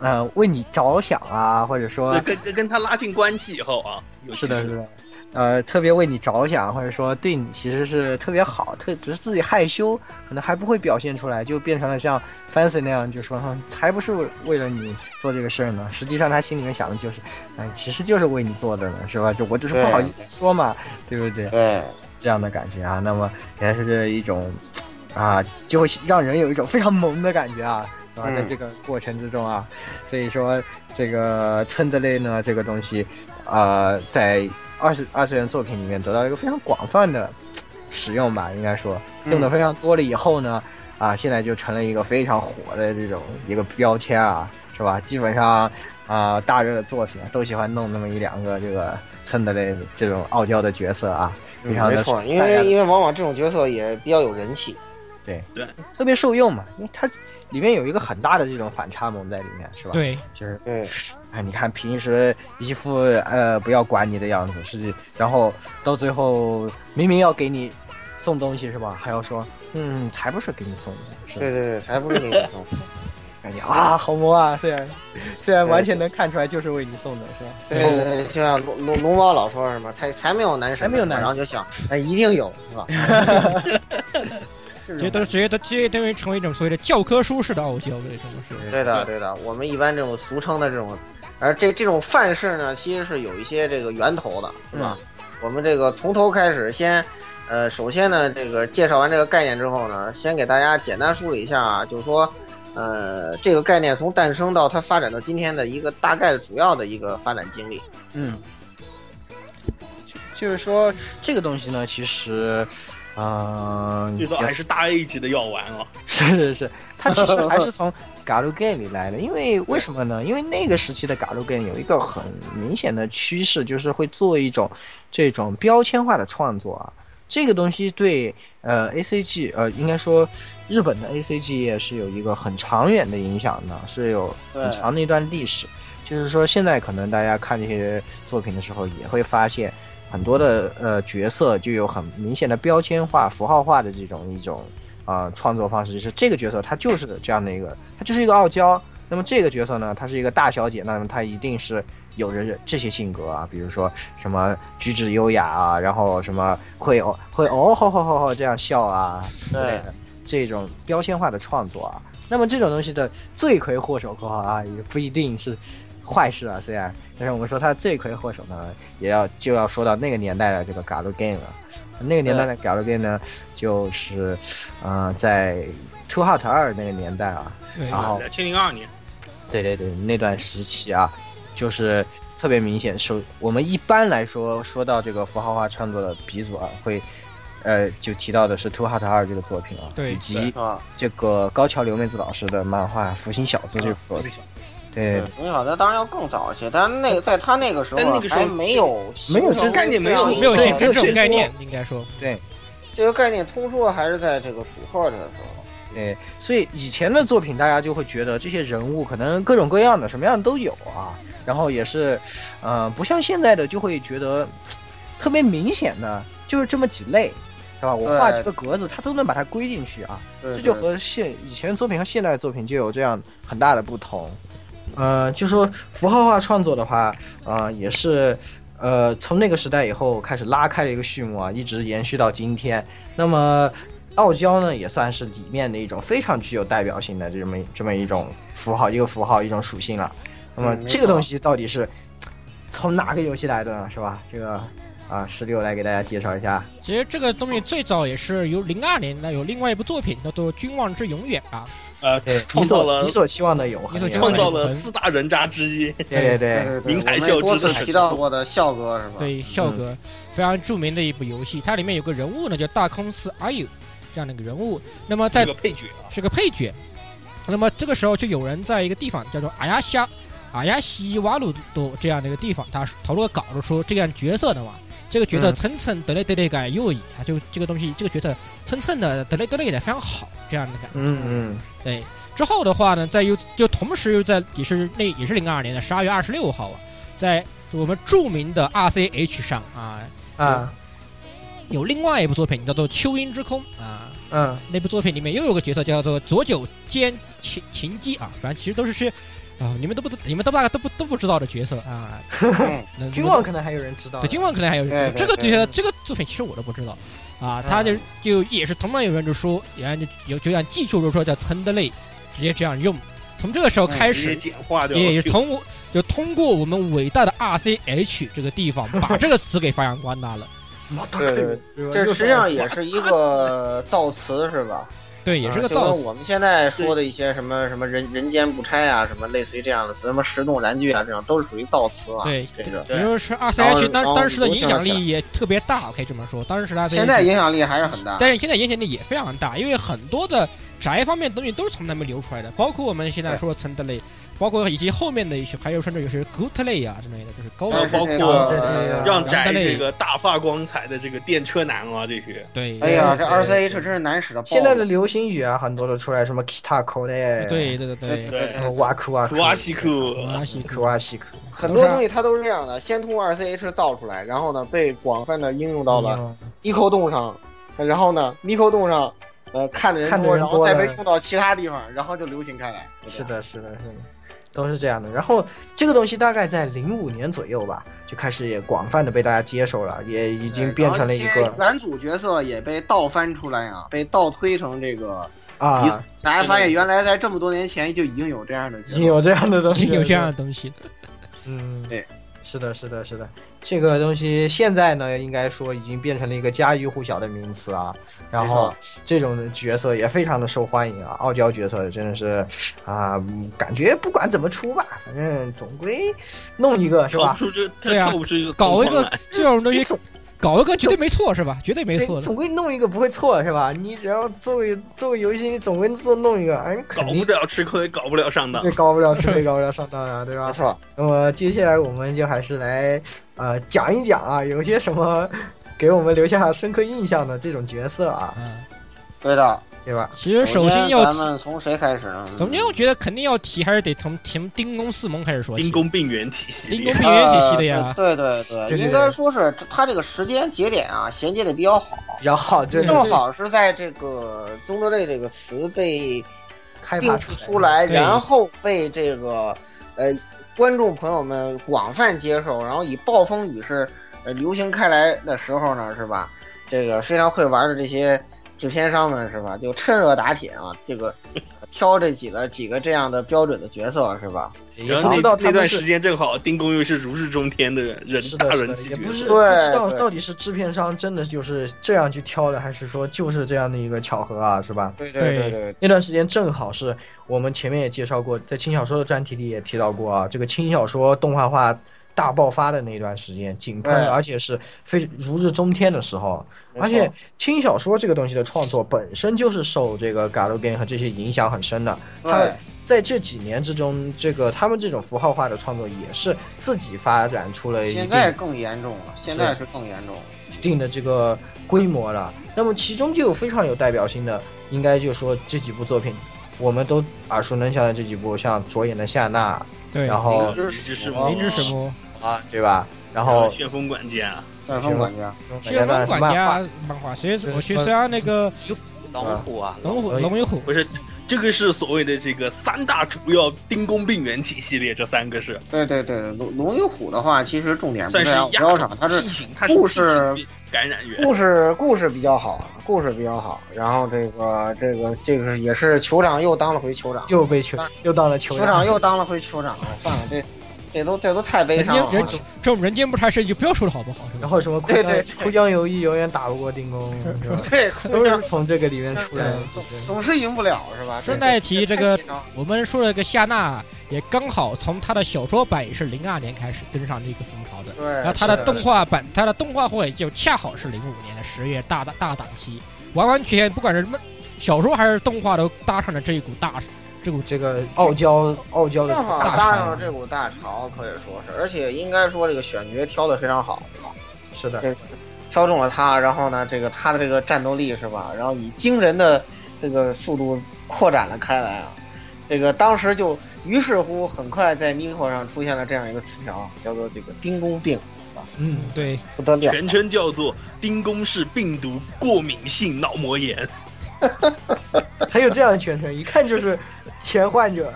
呃，为你着想啊，或者说
对跟跟跟他拉近关系以后啊，尤其
是的，是的，呃，特别为你着想，或者说对你其实是特别好，特只是自己害羞，可能还不会表现出来，就变成了像 Fancy 那样，就说哼才不是为了你做这个事儿呢。实际上他心里面想的就是，哎、其实就是为你做的呢，是吧？就我只是不好意思说嘛，对不对？
对，
这样的感觉啊，那么也是一种啊，就会让人有一种非常萌的感觉啊，是吧？
嗯
在这个过程之中啊，所以说这个村子类呢这个东西，呃，在二次二次元作品里面得到一个非常广泛的使用吧，应该说用
嗯
的非常多了以后呢，啊，现在就成了一个非常火的这种一个标签啊，是吧？基本上。啊、大热的作品都喜欢弄那么一两个这个蹭的类这种傲娇的角色啊，非常
嗯没
的
错，因
大家
为
的
因为往往这种角色也比较有人气。
特别受用嘛，因为它里面有一个很大的这种反差萌在里面，是吧？，
对，
就是
对，
哎，你看平时一副呃不要管你的样子，是，然后到最后明明要给你送东西是吧，还要说嗯才不是给你送的，是吧
对对对，才不是那
*laughs*
种。
感觉啊好萌啊，虽然虽然完全能看出来就是为你送的，是吧？
对对对，就像龙龙龙猫老说什么，才才没有男神呢，
才没有男神
然后就想，哎，一定有，是吧？
*laughs*
是这
直
种
接都直接都直接等于成为一种所谓的教科书式的傲娇，这种是。
对的，对的，我们一般这种俗称的这种，而这这种范式呢，其实是有一些这个源头的，是吧？
嗯
我们这个从头开始，先，呃，首先呢，这个介绍完这个概念之后呢，先给大家简单梳理一下啊，就是说，呃，这个概念从诞生到它发展到今天的一个大概的主要的一个发展经历。
嗯，就就是说这个东西呢，其实。嗯，
最早
也
还是啊大 A 级的药丸啊，
*laughs* 是是是，它其实还是从 Garu Game 里来的，因为为什么呢？因为那个时期的 Garu Game 有一个很明显的趋势，就是会做一种这种标签化的创作啊。这个东西对呃 A C G 呃，应该说日本的 A C G 业是有一个很长远的影响的，是有很长的一段历史。就是说，现在可能大家看这些作品的时候，也会发现很多的呃角色就有很明显的标签化、符号化的这种一种啊、呃创作方式，就是这个角色他就是这样的一个，他就是一个傲娇。那么这个角色呢，她是一个大小姐，那么她一定是有着这些性格啊，比如说什么举止优雅啊，然后什么会哦会哦吼吼吼吼这样笑啊之类的这种标签化的创作啊。那么这种东西的罪魁祸首（括号啊）也不一定是坏事啊，虽然，但是我们说它的罪魁祸首呢，也要就要说到那个年代的这个 Galo Game 了。那个年代的 Galo Game 呢，就是，呃，在 Two Hot 二那个年代啊，
对
然后
两千零二年，
对对对，那段时期啊，就是特别明显。首我们一般来说说到这个符号化创作的鼻祖啊，会呃就提到的是《Two Heart 二》这个作品啊，
对
以及
啊，
这个高桥留美子老师的漫画《啊福星小子》这
啊
个作品。对，
冯小那当然要更早一些，但是那个在他那个时候
但那个时候
还没有
没有
这
这
个
个
概念没有
这样一个
没有
对
形
没
成
有
这
形
种概
成
念，应该说
这个概念通说还是在这个主贺的时候。
对，所以以前的作品，大家就会觉得这些人物可能各种各样的，什么样的都有啊。然后也是，呃，不像现在的就会觉得特别明显的就是这么几类，是吧？我画几个格子，它都能把它归进去啊。
哎对
这就
对
和现以前作品和现代作品就有这样很大的不同。呃，就说符号化创作的话，呃，也是呃从那个时代以后开始拉开了一个序幕啊，一直延续到今天。那么傲娇呢，也算是里面的一种非常具有代表性的这么这么一种符号，一个符号一种属性了。那么
嗯没
这个
错
东西到底是从哪个游戏来的呢？是吧？这个啊，十六来给大家介绍一下。
其实这个东西最早也是由零二年呢有另外一部作品叫做《君望之永远》啊，
呃
对，，你
*laughs* 创造
所
了
你所期望的永恒
你所，期望
创造
的
了四大人渣之一，
对对对，
对对，
明
我
海
们
秀
多
之的
次
神
提
之
到
作
过的笑哥是吧？嗯
对，笑哥、非常著名的一部游戏，它里面有个人物呢叫大空寺阿友这样的一个人物，那么在
是个配角啊。
是个配角。那么这个时候就有人在一个地方叫做阿亚夏、阿亚西瓦鲁多这样的一个地方，他投了个稿子说这样角色的嘛，这个角色
嗯
层层得嘞得嘞感右移啊，就这个东西这个角色层层的得嘞得嘞的非常好这样的感觉。
嗯嗯，
对，之后的话呢，在又就同时又在也是那也是零二年的十二月二十六号啊，在我们著名的 RCH 上啊，
啊，
有另外一部作品叫做《秋音之空》啊，
嗯，
那部作品里面又有个角色叫做佐久间琴琴姬啊，反正其实都是些啊、你们都不知你们都大概都不都不知道的角色啊。
嗯，
那
君王可能还有人知道的，
对君王可能还有
对对
这个角
对嗯
色这个作品，其实我都不知道啊。他就就也是同样有人就说，然后就有就像技术就说叫层的类，直接这样用。从这个
嗯
时候开
直
始
接，简化掉了，
也是
就
通过就通过我们伟大的 RCH 这个地方，把这个词给发扬光大了。
对对，这实际上也是一个造词是吧？
对，也是个
就跟
造
我们现在说的一些什么什么人人间不拆啊，什么类似于这样的词，什么石洞燃具啊，这种都是属于造词啊。
对
这种。
也就是
然后
RCH 当
然后
当时的
我
影
想
响
起来
力也特别大，可以这么说。当时的 RCH
现在影响力还是很大。
但是现在影响力也非常大，因为很多的宅方面的东西都是从那边流出来的，包括我们现在说的 Tender 类，包括以及后面的一些，还有甚至有些 Good 类啊之类的，就是高
但
端
是
包
这
括
个
让
宅
摘这个大发光彩的这个电车男啊，这些
对。
哎呀，这
对
RCH 真是难使的爆。
现在的流行语啊，很多都出来，什么 kita k 嘞，
对，对对对，
对
什么啊哇酷哇
图阿西库，
阿西
酷哇西酷，
很多东西它都是这样的，先通过 RCH 造出来，然后呢被广泛的应用到
嗯
了 Nico 洞上，然后呢 Nico 洞上，呃看的人
看的
多，
人
然后
多
再
了
被用到其他地方，然后就流行开来。
是的，是的，是的，都是这样的。然后这个东西大概在零五年左右吧，就开始也广泛的被大家接受了，也已
对，
经变成了一
然后
个
这些男主角色也被倒翻出来啊，被倒推成这个鼻祖
啊，
大家发现原来在这么多年前就已经有这样的角
已
色
经有这样的东
已
西
经
了，
有这样的东西，
嗯，
对，
是的，是的，是的，这个东西现在呢，应该说已经变成了一个家喻户晓的名词啊。然后这种角色也非常的受欢迎啊，傲娇角色真的是啊、嗯感觉不管怎么出吧，反正总归弄一个是
跳
吧
不？出这他
对啊
跳不出一个
搞一
框
个
来
这种东
你
西，
总
搞一个绝对没错是吧？绝对没
对
错的。
总归弄一个不会错是吧？你只要做个做个游戏，你总归做弄一个，哎，
搞
肯
不
定
了吃亏，搞不了上当
对。高不了吃亏，高不了上当啊，对吧
没？错，
那么接下来我们就还是来呃讲一讲啊，有些什么给我们留下深刻印象的这种角色啊。
嗯，
对的。
对吧？
其实首先要
咱
提，
们从谁开始呢？
首先我觉得肯定要提，还是得从从丁公四盟开始说起。
丁公病原体系
丁
列
公，病原体系列
呃
啊，
对对
对
对，
对
应该说是它这个时间节点啊，衔接的比较好，
比较好，这
正好是在这个“宗族类”这个词被
开发
定
出
出
来
出来，
对
然后被这个呃观众朋友们广泛接受，然后以暴风雨是呃流行开来的时候呢，是吧？这个非常会玩的这些制片商们是吧，就趁热打铁啊，这个挑这几个几个这样的标准的角色是吧？
也
然
不
后
知
那
道
那
他
段
们
时
是。
间正好丁公又是如日中天的人人
是
大
的，是
人
的，
气
也
角
不是
色，
对
不知道
对
到底是制片商真的就是这样去挑的，还是说就是这样的一个巧合啊，是吧？
对
对
对对，
那段时间正好是我们前面也介绍过，在轻小说的专题里也提到过啊，这个轻小说动画化大爆发的那段时间，井喷，
对
而且是非如日中天的时候。
没错
而且轻小说这个东西的创作本身就是受这个 g a l g a m e 和这些影响很深的，它
对
在这几年之中，这个他们这种符号化的创作也是自己发展出了一
现
定
在更严重了，现在是更严重了。
一定的这个规模了。那么其中就有非常有代表性的，应该就说这几部作品，我们都耳熟能详的这几部，像左眼的夏娜，
对，
呃然后
灵
灵
芝
芝
是
是
哦
魔
灵芝什么？
啊，对吧？然
然后
后
旋风管啊家，
旋风管家，
旋风管
漫画
家漫画，所以
是
我去
什么
虽然那个
龙虎啊，
龙虎
呃
龙与虎，
不是这个是所谓的这个三大主要丁公病原体系列，这三个是
对对对，龙龙与虎的话，其实重点不
算是
在
亚
标上，它是
种 T 型，它是
故
T
事
型感染源。
故事故事比较好，啊故事比较好。然后这个这个这个也是酋长又当了回酋长，
又被球又当了球
酋长又当了回酋长。算了，这这都这都太悲
人
伤
间
了
人。这种人间不差事就不要说了好不好？是
然
吧？
后什么哭
对
江
对
哭江游一永远打不过丁公，
*laughs*
是吧？
对，
都
都
是
是
从这个里面出来的。
对
其实
总是赢不了是吧？
顺带提，这个
太悲伤了
我们说了个夏娜，也刚好从她的小说版也是零二年开始跟上这个风潮的。
对，
然后它
是
的动画版，它的动画化也就恰好是零五年的十月大大大档期，完完全全不管是什么小说还是动画，都搭上了这一股大这股
这个傲娇傲娇的
正好搭
大
上
潮
了，这股大潮，可以说是，而且应该说这个选角挑的非常好，是吧？
是的，
这个挑中了他，然后呢，这个他的这个战斗力是吧？然后以惊人的这个速度扩展了开来啊。这个当时就于是乎，很快在 Nico 上出现了这样一个词条，叫做这个丁公病，
嗯，
对
不得了。
全称叫做丁公式病毒过敏性脑膜炎。
还有这样的全程，一看就是前患者，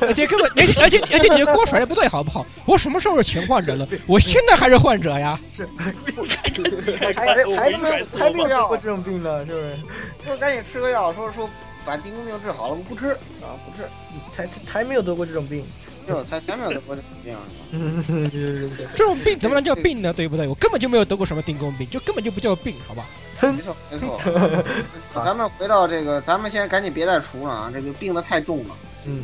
而且根本，而且而且而且你的锅甩的不对，好不好？我什么时候是前患者 *laughs* 了？我现在还是患者呀！
才才
我
才没
明白
有才没
错
有
吧
得过这种病呢，是不是？
就赶紧吃个药，说说把丁公病治好了，我不吃啊，不吃。
才才才没有得过这
*laughs*
种病，
这种才才没有得过这种病是吧？
这种病怎么能叫病呢？对不对？我根本就没有得过什么丁公病，就根本就不叫病，好吧？
没错没错。咱们回到这个，咱们先赶紧别再除了啊，这个病的太重了。
嗯，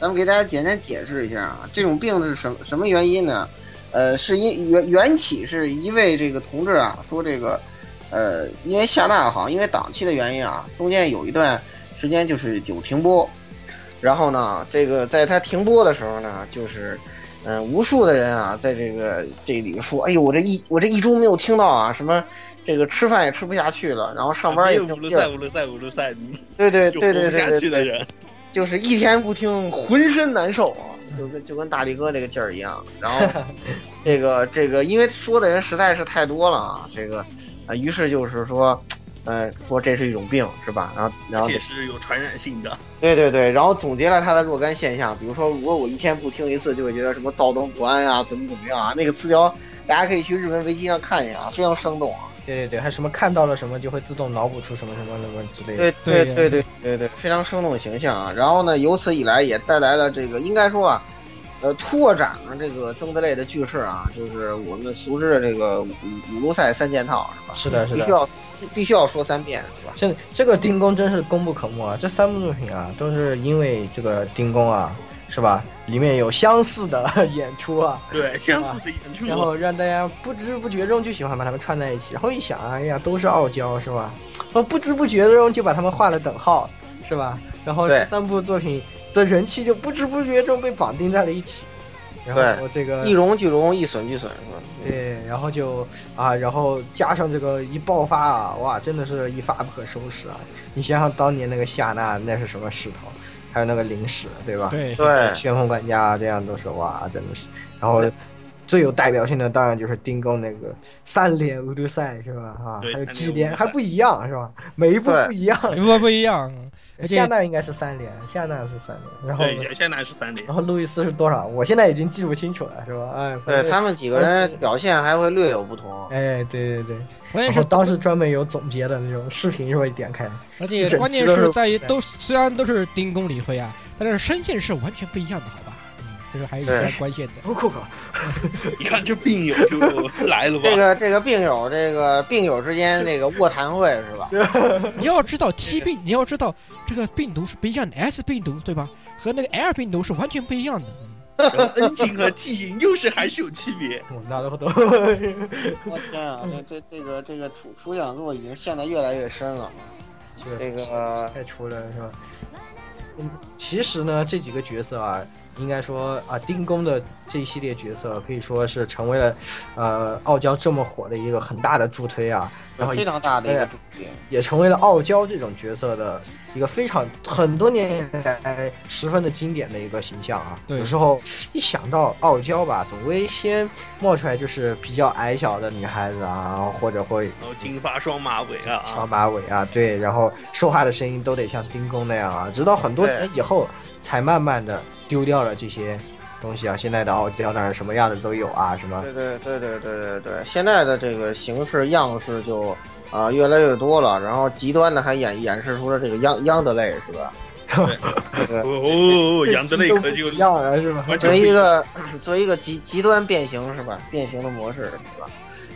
咱们给大家简单解释一下啊，这种病是什么什么原因呢？呃，是因缘缘起是一位这个同志啊，说这个，呃，因为夏娜好像因为档期的原因啊，中间有一段时间就是有停播，然后呢，这个在他停播的时候呢，就是，嗯、无数的人啊，在这个这里说，哎呦，我这一我这一周没有听到啊，什么这个吃饭也吃不下去了，然后上班
没
也
有
没
五
有
路
劲儿
赛，五路赛，五路赛，你
对对
就
对
活
对
不
对
下
对
去的人。
就是一天不听，浑身难受啊，就跟就跟大力哥这个劲儿一样。然后，这个这个，因为说的人实在是太多了啊，这个，呃，于是就是说，呃，说这是一种病是吧？然后然
而
后
且是有传染性的，
对对对，然后总结了他的若干现象，比如说，如果我一天不听一次，就会觉得什么躁动不安啊，怎么怎么样啊。那个词条大家可以去日文维基上看一下啊，非常生动啊。
对对对，还什么看到了什么就会自动脑补出什么什么什么之类的，
对对
对
对对对对，非常生动形象啊。然后呢，由此以来也带来了这个，应该说啊，呃，拓展了这个增德类的句式啊，就是我们熟知的这个五五路赛三件套是吧？
是的，是
必须
的。
要必须要说三遍是吧？
这这个丁公真是功不可没啊！这三部作品啊，都是因为这个丁公啊，是吧？里面有相似的 *laughs* 演出啊，
对相似的演出。
然后让大家不知不觉中就喜欢把他们串在一起，然后一想，哎呀，都是傲娇是吧？我不知不觉中就把他们画了等号，是吧？然后
对
这三部作品的人气就不知不觉中被绑定在了一起。然后这个
一荣俱荣，一损俱损，是吧？
嗯对，然后就啊，然后加上这个一爆发啊，哇，真的是一发不可收拾啊！你想想当年那个夏娜那是什么势头，还有那个零食，对吧？
对，
对，
旋风管家这样都是哇，真的是。然后最有代表性的当然就是丁工那个三连乌鲁赛是吧？啊，
对
还有
三连
几
乌
连
鲁赛
还不一样是吧？每一部
对
不一样。
不不一样，而且
夏娜应该是三连，夏娜是三连，然后
对，现现在是三连
然，后路易斯是多少？我现在已经记不清楚了，是吧？哎，反正
对他们几个人表现还会略有不同。
哎，对对对，
关键
然后
是
当时专门有总结的那种视频，是吧？一点开，
而且关键是在于都虽然都是丁公理会啊，但是声线是完全不一样的，好吧？嗯，这是还是有
对
点关键的。
多酷啊！
你看这病友就
*laughs*
来了
这
吧？
个这个病友，这个病友之间那个卧谈会是吧？
你要知道 T 病，你要知道这个病毒是不一样的，S 病毒对吧？和那个 L 病毒是完全不一样的。
然 *laughs* 后 N 型和 T 型又是还是有区别。
我那都都， *laughs*
我天啊，这这这个这个处处讲座已经陷得越来越深了。
是
这个
太出了，是吧？嗯，其实呢，这几个角色啊，应该说啊，丁工的这一系列角色可以说是成为了呃傲娇这么火的一个很大的助推啊，然后
非常大的一个主题，
也成为了傲娇这种角色的一个非常很多年来十分的经典的一个形象啊。
对
有时候一想到傲娇吧，总会先冒出来就是比较矮小的女孩子啊，或者会
然后金发双马尾啊，
双马尾啊，对，然后说话的声音都得像丁工那样啊，直到很多年以后才慢慢的丢掉了这些东西啊。现在的傲娇当然什么样的都有啊，什么
对对对对对对对，现在的这个形式样式就啊、越来越多了，然后极端的还演演示出了这个央央的类是吧？
哦哦，哦杨德
内
雷可就
一样了是吧？
完
作
全
为
不
一
样
个 *clears throat* 作为一个极极端变形是吧？变形的模式是吧？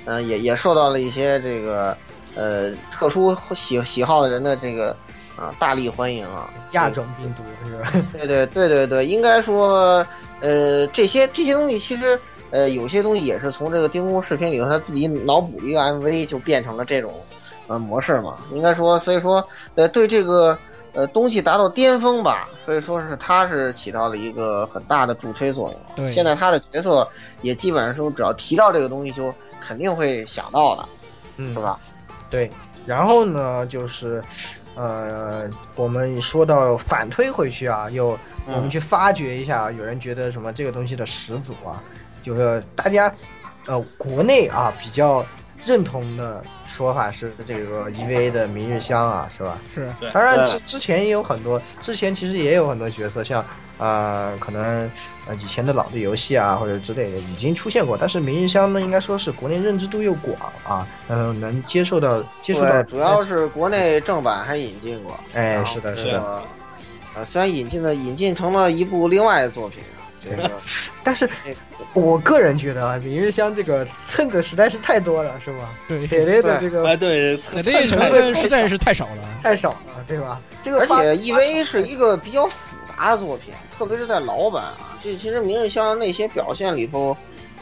嗯、也也受到了一些这个呃特殊喜喜好的人的这个啊、大力欢迎啊。
亚种病毒是吧？
对对对对对，应该说，呃，这些这些东西其实，呃，有些东西也是从这个丁工视频里头他自己脑补一个 MV 就变成了这种呃模式嘛。应该说，所以说，呃，对这个呃东西达到巅峰吧，所以说是它是起到了一个很大的助推作用。
对
现在他的角色也基本上是只要提到这个东西就肯定会想到的，
嗯
是，吧？
对，然后呢，就是，呃，我们说到反推回去啊，又我们去发掘一下，有人觉得什么这个东西的始祖啊，就是大家，呃，国内啊比较认同的说法是这个 EVA 的《明日香》啊，是吧？
是
对
当然
对
之之前也有很多，之前其实也有很多角色，像呃，可能呃以前的老的游戏啊或者之类的已经出现过，但是《明日香》呢，应该说是国内认知度又广啊，嗯、能接受到接触到
对，，主要是嗯国内正版还引进过。
哎，是的，
这
是
个
的，
呃，虽然引进的引进成了一部另外的作品，啊这个
但是
这个
我个人觉得啊，《明日香》这个蹭的实在是太多了，是吧？
对，
给雷的这个
啊，对，
那 *laughs* 这成分实在是太少了。
太少了，对吧？这个
而
发
且 EVA 是一个比较复杂的作品，特别是在老版啊，这其实明日香那些表现里头，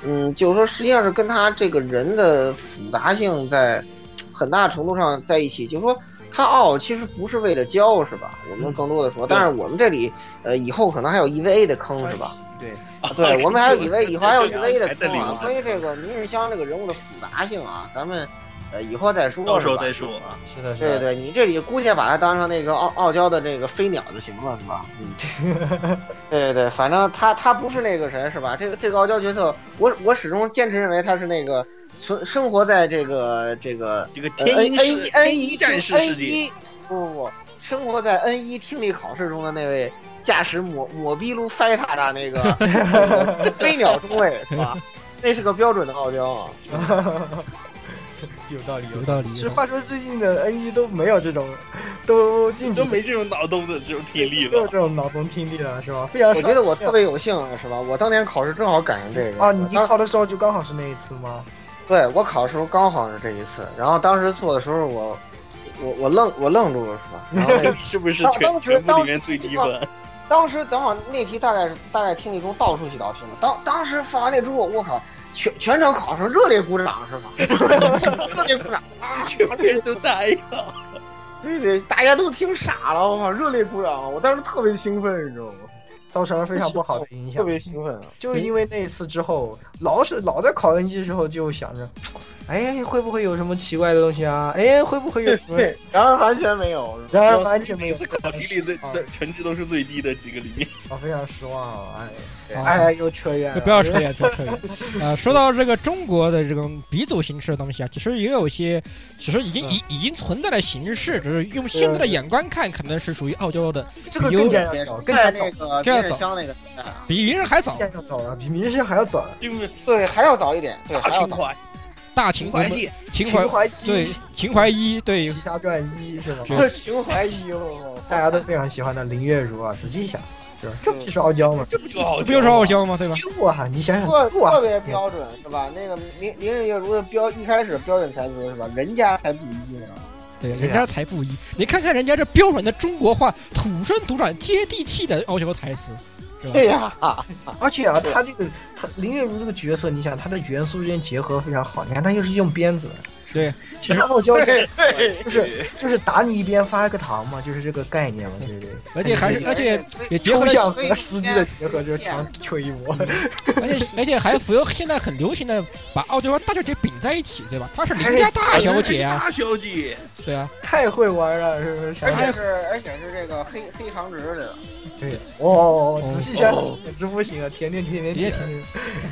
嗯，就是说实际上是跟他这个人的复杂性在很大程度上在一起，就是说。他傲其实不是为了骄，是吧？我
嗯
们更多的说，但是我们这里，呃，以后可能还有 EVA 的坑，是吧？？
对，
啊对，我们还有以为以后还有以为的
还在
坑
里
啊。关于这个明日香这个人物的复杂性啊，咱们呃以后再说，
到时候
是吧
再。说啊。
是的，是
对
的，
对，你这里姑且把它当成那个傲傲娇的那个飞鸟就行了，是吧？嗯，对对对，反正他他不是那个谁，是吧？这个这个傲娇角色，我我始终坚持认为他是那个存生活在这个这个
这个
呃
天鹰
N
世
N
天
N
鹰
一
战士世界，
不哎不不，生活在 N 一听力考试中的那位驾驶抹抹逼撸塞塔的那个那个飞鸟中尉是吧？那是个标准的傲娇啊！
有道理，
有。道理
其，实话说，最近的 N 一都没有这种，都禁止
都没这种脑洞的这种体力
没有
了。
这种脑洞听力了，是吧？非常
我觉得我
伤心啊
特别有幸是吧？我当年考试正好赶上这个
啊，你一
当
考的时候就刚好是那一次吗？
对我考的时候刚好是这一次，然后当时做的时候我我我愣我愣住了是吧？然后那个
是不是
当
全
当时
全部里
当
面最低分？
当时等会儿那题大概是大概听力中倒数几道题嘛，当当时发完那之后，我靠，全全场考生热烈鼓掌 *laughs* 是吧？热烈鼓掌啊！
全部人都答应了。
对对，大家都听傻了，我靠，热烈鼓掌！我当时特别兴奋，你知道吗？
造成了非常不好的影响
特。别兴奋啊！
就是因为那一次之后，老是老在考验机的时候就想着，哎，会不会有什么奇怪的东西啊？哎，会不会有
对
什么？
对，然而完全没有，
然而完全没有
每次考题里的这成绩都是最低的几个里面。
我非常失望啊！哎，
啊
哎，又扯远了。
就不要扯远，不要 *laughs* 扯远。呃，说到这个中国的这种鼻祖形式的东西啊，其实也有一些，其实已经已已经存在的形式，只是用现在的眼光看，可能是属于傲娇的，
这个更加
别
要
说
早，更加
在
早
那，个
更
电
加早
视枪那个年代啊，
比云人还早
更。加要早了，比明星还要早。
就是
对，还要早一点，对，
大
还要
情
早
怀，
大
情
秦国
怀界，
秦
秦
淮
淮
对
七，
秦淮一对
《奇侠传一》是吗？
对
情怀一 *laughs* 哦，
大家都非常喜欢的林月如啊，仔细想，是吧？这不就是傲娇吗？
这不就好？
不就是傲娇吗？对吧？
哇，你想想，
特
哇
特别标准是吧？那个林林月如的标一开始标准台词是吧？人家才不一呢。
对，
对
人
啊
家才不一。你看看人家这标准的中国话，土生土长、接地气的傲娇台词，是吧？
对呀、
而且啊，他这个他林月如这个角色，你想他的元素之间结合非常好。你看他又是用鞭子，
对，
其实傲娇就是
对，
就是就是打你一鞭发一个糖嘛，就是这个概念嘛，对不对？
而且还是，而且也结合
抽
了，
象和实际的结合就是强吹一波，
而且而且还符合现在很流行的把傲娇和大小姐饼在一起，对吧？她是邻家大小姐啊，
大小姐，
对啊，
太会玩了，是不是？想
而
想
且是而且是这个黑黑长直的，
对，哦，仔细想想简直不行啊！甜甜甜
也
甜
挺
甜，。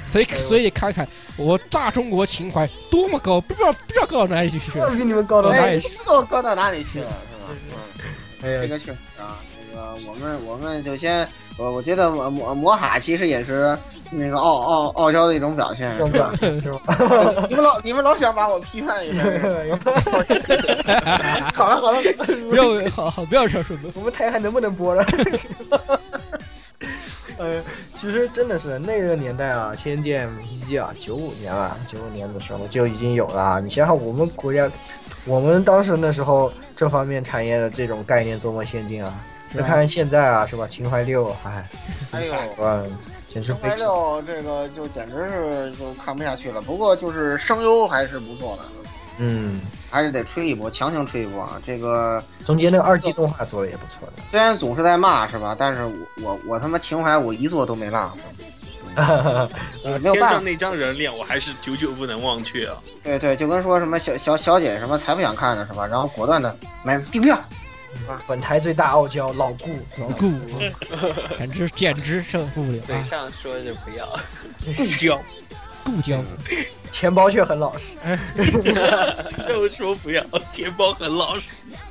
所以所以看看我大中国情怀多么高，不知道不知道高到哪里去去
*laughs* 这
了。
比你们高到哪
哎，
里
这
去？
都搁到哪里去了是吧？嗯，这
哎呀，
个确实啊，这个我们我们就先，我我觉得魔魔魔哈其实也是那个傲傲傲娇的一种表现。
这么是吧？
*laughs* 你们老你们老想把我批判一下，
好了好了，
不要好好不要说什么，
我们台还能不能播了？ *laughs* 呃，其实真的是那个年代啊，《仙剑一》啊，九五年啊，九五年的时候就已经有了啊。你想想，我们国家，我们当时那时候这方面产业的这种概念多么先进啊！再看看现在啊，是吧？秦淮六，哎，
哎呦。
哇，简直
生
悲
怀
剧。
六这个就简直是就看不下去了，不过就是声优还是不错的，
嗯，
还是得吹一波，强行吹一波啊！这个
中间那个二 D 动画做的也不错
虽然总是在骂是吧，但是我我我他妈情怀我一座都没落过，
的。
也没有
天
办
上
法。
那张人脸我还是久久不能忘却啊！
对对，就跟说什么小小小姐什么才不想看呢是吧？然后果断的买订票，
本台最大傲娇老顾，
故简直简直受不了
嘴
啊！
上说着不要，
不交，
故交
钱包却很老实。
*laughs* 嘴上说不要，钱包很老实。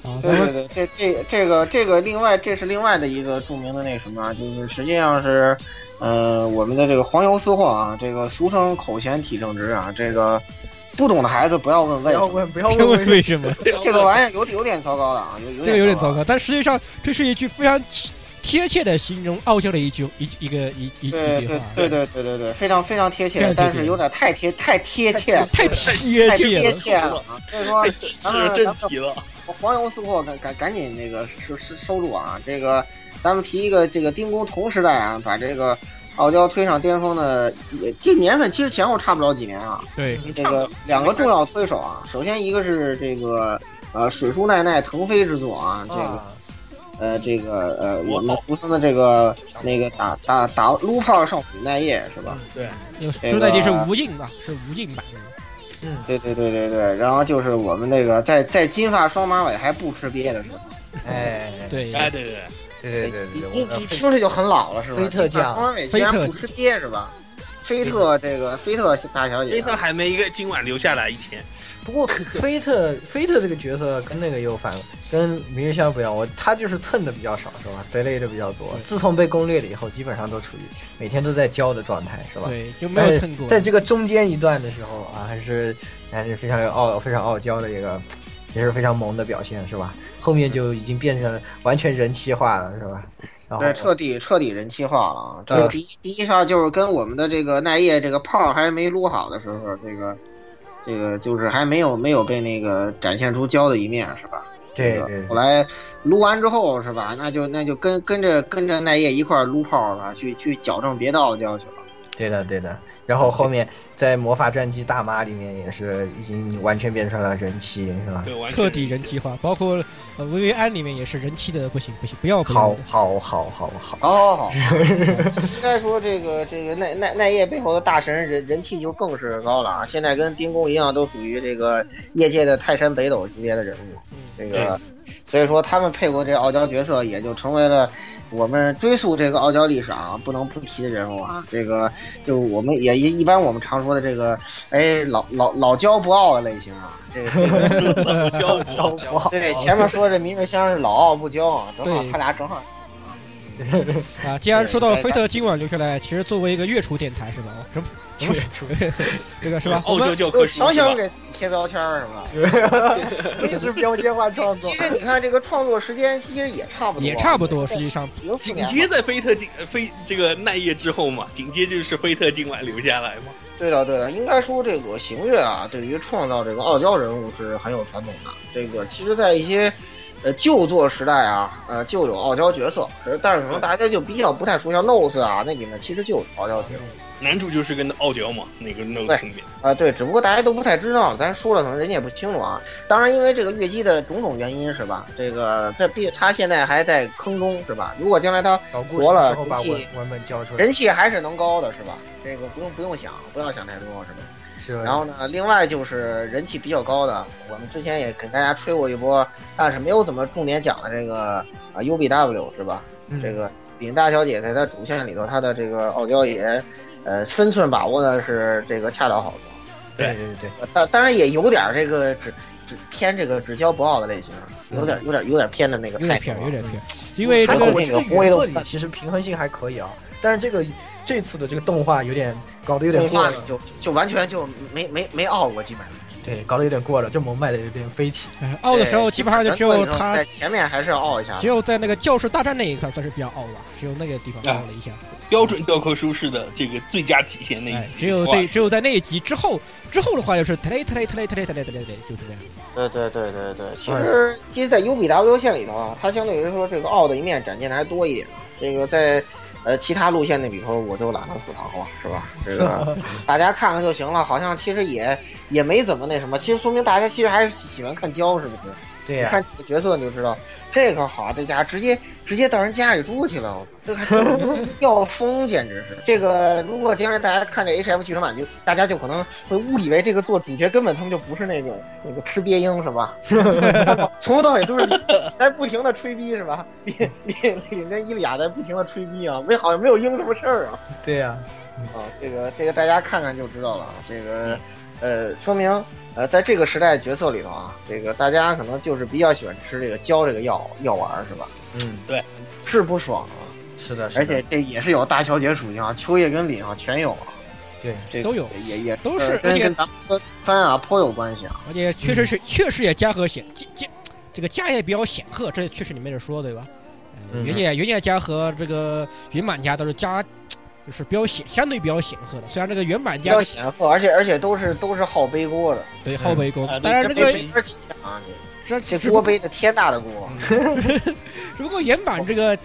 啊，
对对对，这这这个这个另外这是另外的一个著名的那什么啊，就是实际上是，呃，我们的这个黄油私货啊，这个俗称口嫌体正直啊，这个不懂的孩子不要问
不
为什
要
么，
问，不
*laughs*
要
因
问
为，为什么？
这个玩意儿有有点糟糕的啊，有有
这个有点
糟
糟糕，但实际上这是一句非常贴贴切的形容傲娇的一句一一个一一一
对
句
对
话，
对对对对对，非常非常贴
非
切，
常贴
但
切
是有点太贴太贴切了，
太贴
太
切
贴
了。
切了啊！所以说
哎，这是正题了，
黄油私货赶赶赶紧那个收收收住啊！这个咱们提一个这个丁工同时代啊，把这个傲娇推上巅峰的，也这年份其实前后差不了几年啊。
对，
这个两个重要推手啊，首先一个是这个呃水树奈奈腾飞之作啊，这个
啊，
呃，这个呃，我们俗称的这个那个打打打撸炮少女奈叶是吧？
有
这个
朱代基是无印啊，是无印版的。
对对对对对，然后就是我们那个在在金发双马尾还不吃鳖的时候，
哎，
对，
哎，对对对，
对对对
你
对
你
对，
你听着就很老了是吧？
菲特
金发
酱
双马尾居然
菲特
不吃鳖是吧？菲特这个菲特大小姐
黑色哎还没一个今晚留下来一天，
不过菲特 *laughs* 菲特这个角色跟那个又反，跟明日香不一样，我他就是蹭的比较少是吧？得嘞的比较多。自从被攻略了以后，基本上都处于每天都在教的状态是吧？
对，就没
但
哎
有
是
蹭过。
在这个中间一段的时候啊，还是还是非常有傲非常傲娇的一个，也是非常萌的表现是吧？后面就已经变成完全人气化了是吧？然后
对彻底彻底人气化了啊！这
对
个第一第一上就是跟我们的这个奈叶这个炮还没撸好的时候，这个这个就是还没有没有被那个展现出娇的一面是吧？
对
这
对
个后来撸完之后是吧？那就那就跟跟着跟着奈叶一块儿撸炮吧，去去矫正别的傲娇去了。
对的，对的。然后后面在《魔法战记大妈》里面也是已经完全变成了人妻，是吧？
对，完全
彻底人气化，包括呃薇薇安里面也是人气的不行不行，不要不要
好
的，
好好好 *laughs* 好，
哦好好好， *laughs* 应该说这个这个奈奈奈叶背后的大神人人气就更是高了啊！现在跟丁公一样，都属于这个业界的泰山北斗级别的人物。这个，所以说他们配过这个傲娇角色，也就成为了我们追溯这个傲娇历史啊，不能不提的人物啊。这个就我们也一一般我们常说的这个，哎，老老老娇不傲的类型啊。这个这个
老焦
招不好，
对前面说这迷妹香是老傲不骄啊，正好
对
他俩正好。
啊！既然说到
对
菲特今晚留下来，其实作为一个月初电台是吧？哦我
就出
们这 *laughs* 个是
*laughs*
吧？我
傲娇
们
教科书
强
是吧
行？给自己贴标签儿是吧？ *laughs*
一直标签化创作
其。实你看这个创作时间其实也差不多，
也差不多，实际上
零四
紧
年
接在菲特进菲这个奈叶之后嘛，紧接就是菲特今晚留下来嘛。
对的，对的，应该说这个行月啊，对于创造这个傲娇人物是很有传统的。这个其实，在一些呃旧作时代啊，呃就有傲娇角色，可是但是可能大家就比较不太熟，像 Nose 啊那里面其实就有傲娇角色
男主就是跟傲娇嘛，那个 no 里面，
啊、对，只不过大家都不太知道，咱说了可能人家也不清楚啊。当然，因为这个月姬的种种原因是吧？这个这毕他现在还在坑中是吧？如果将来他
搞故事
活了哎
之后把
人
文
气
文本交出来，
人气还是能高的是吧？这个不用不用想，不要想太多是吧？
是吧？
然后呢，另外就是人气比较高的，我们之前也给大家吹过一波，但是没有怎么重点讲的这个啊 UBW 是吧？
嗯
这个饼大小姐在她主线里头，她的这个傲娇也，呃，分寸把握的是这个恰到好处，
对对对，
呃当当然也有点这个只只偏这个只骄不傲的类型，有点有点有点偏的那个
嗯有
态
点
度啊
偏，
了
有点偏，因为
他
这
这
这个
个
我
个
我
觉得原
觉得原
作
作
里
里其实平衡性还可以啊，但是这个这次的这个动画有点搞得有点
动
过
画
了，
就就完全就没没没傲过，基本上。
对，搞得有点过了，这萌卖的有点飞起。
哎傲的时候，
对
基本上就只
原
有
作里头
他
在，前面还是要傲一下的
只，有在那个教室大战那一块算是比较傲吧，只有那个
啊
地方傲了一下。
标准教科书式的这个最佳体现那
哎
一，集，
只有
哇
这只有在那一集之后，之后的话就是 t 嘞 t 嘞 t 嘞 t 嘞 t 嘞 t 嘞 t 嘞，就是这样。
对对对对对，其
嗯
实其实，在 UBW 线里头啊，它相对于说这个奥的一面展现的还多一点。这个在呃其他路线的里头，我就懒得吐槽了，是吧？这
*laughs*
个大家看看就行了，好像其实也也没怎么那什么。其实说明大家其实还是喜喜欢看胶，是不是？
对
你
呀、
看这个角色你就知道，这个好，这家直接直接到人家里住去了，我这还真要疯，简直是。这个如果将来大家看这 H F 剧场版，就大家就可能会误以为这个做主角根本他们就不是那种那个吃鳖鹰是吧？从头到尾都是在不停的吹逼是吧？ *laughs* 领领领跟伊利亚在不停的吹逼啊，没好像没有鹰什么事儿啊。
对呀、
啊，这个这个大家看看就知道了。啊，这个呃，说明呃，在这个时代角色里头啊，这个大家可能就是比较喜欢吃这个胶这个药药丸儿是吧？
嗯，
是不爽啊，
是的，是
而
的，
且这也是有大小姐属性啊，秋叶跟凛啊全有啊，
对，
这
都有
也也
都
呃
是而
跟
且
跟咱们的番啊颇有关系啊。
而且确实
嗯
是，确实也嘉禾显这这这个家也比较显赫，这确实你没得说，对吧？呃
嗯
原野原野家和这个原版家都是家，就是比较显，相对比较显赫的。虽然这个原版
比
家
较显赫，而且而且都是都是好背锅的，
对后背功
啊，对
当然这
这
个
背
这啊，
这
这
这
这锅背的天大的锅，
只不过原版这个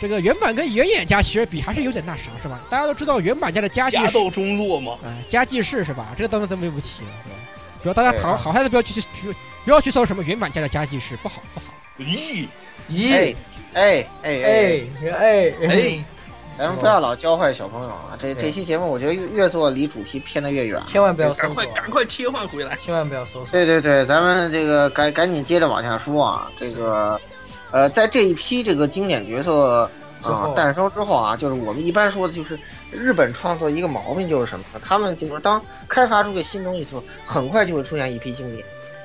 这个原版跟原野家其实比还是有点那啥，是吧？大家都知道原版家的家计
家
是
道中落嘛，
啊家计事是吧？这个当然咱们就不提了，是吧？不要大
对
家
啊
好好孩子不要去去去不要去搜什么原版家的家计事，不好不好。
咦，
哎
嗯
咦，
哎哎哎，
哎哎哎，
哎，
咱们不要老教坏小朋友啊！这这期节目我觉得越越做离主题偏得越远。
千万不要
赶
搜
快
索，
赶快切换回来，
千万不要搜索。
对对对，咱们这个赶赶紧接着往下说啊，这个，呃，在这一批这个经典角色
之
啊
后
诞生之后啊，就是我们一般说的就是日本创作一个毛病就是什么呢？他们就是当开发出个新东西的时候，很快就会出现一批经典，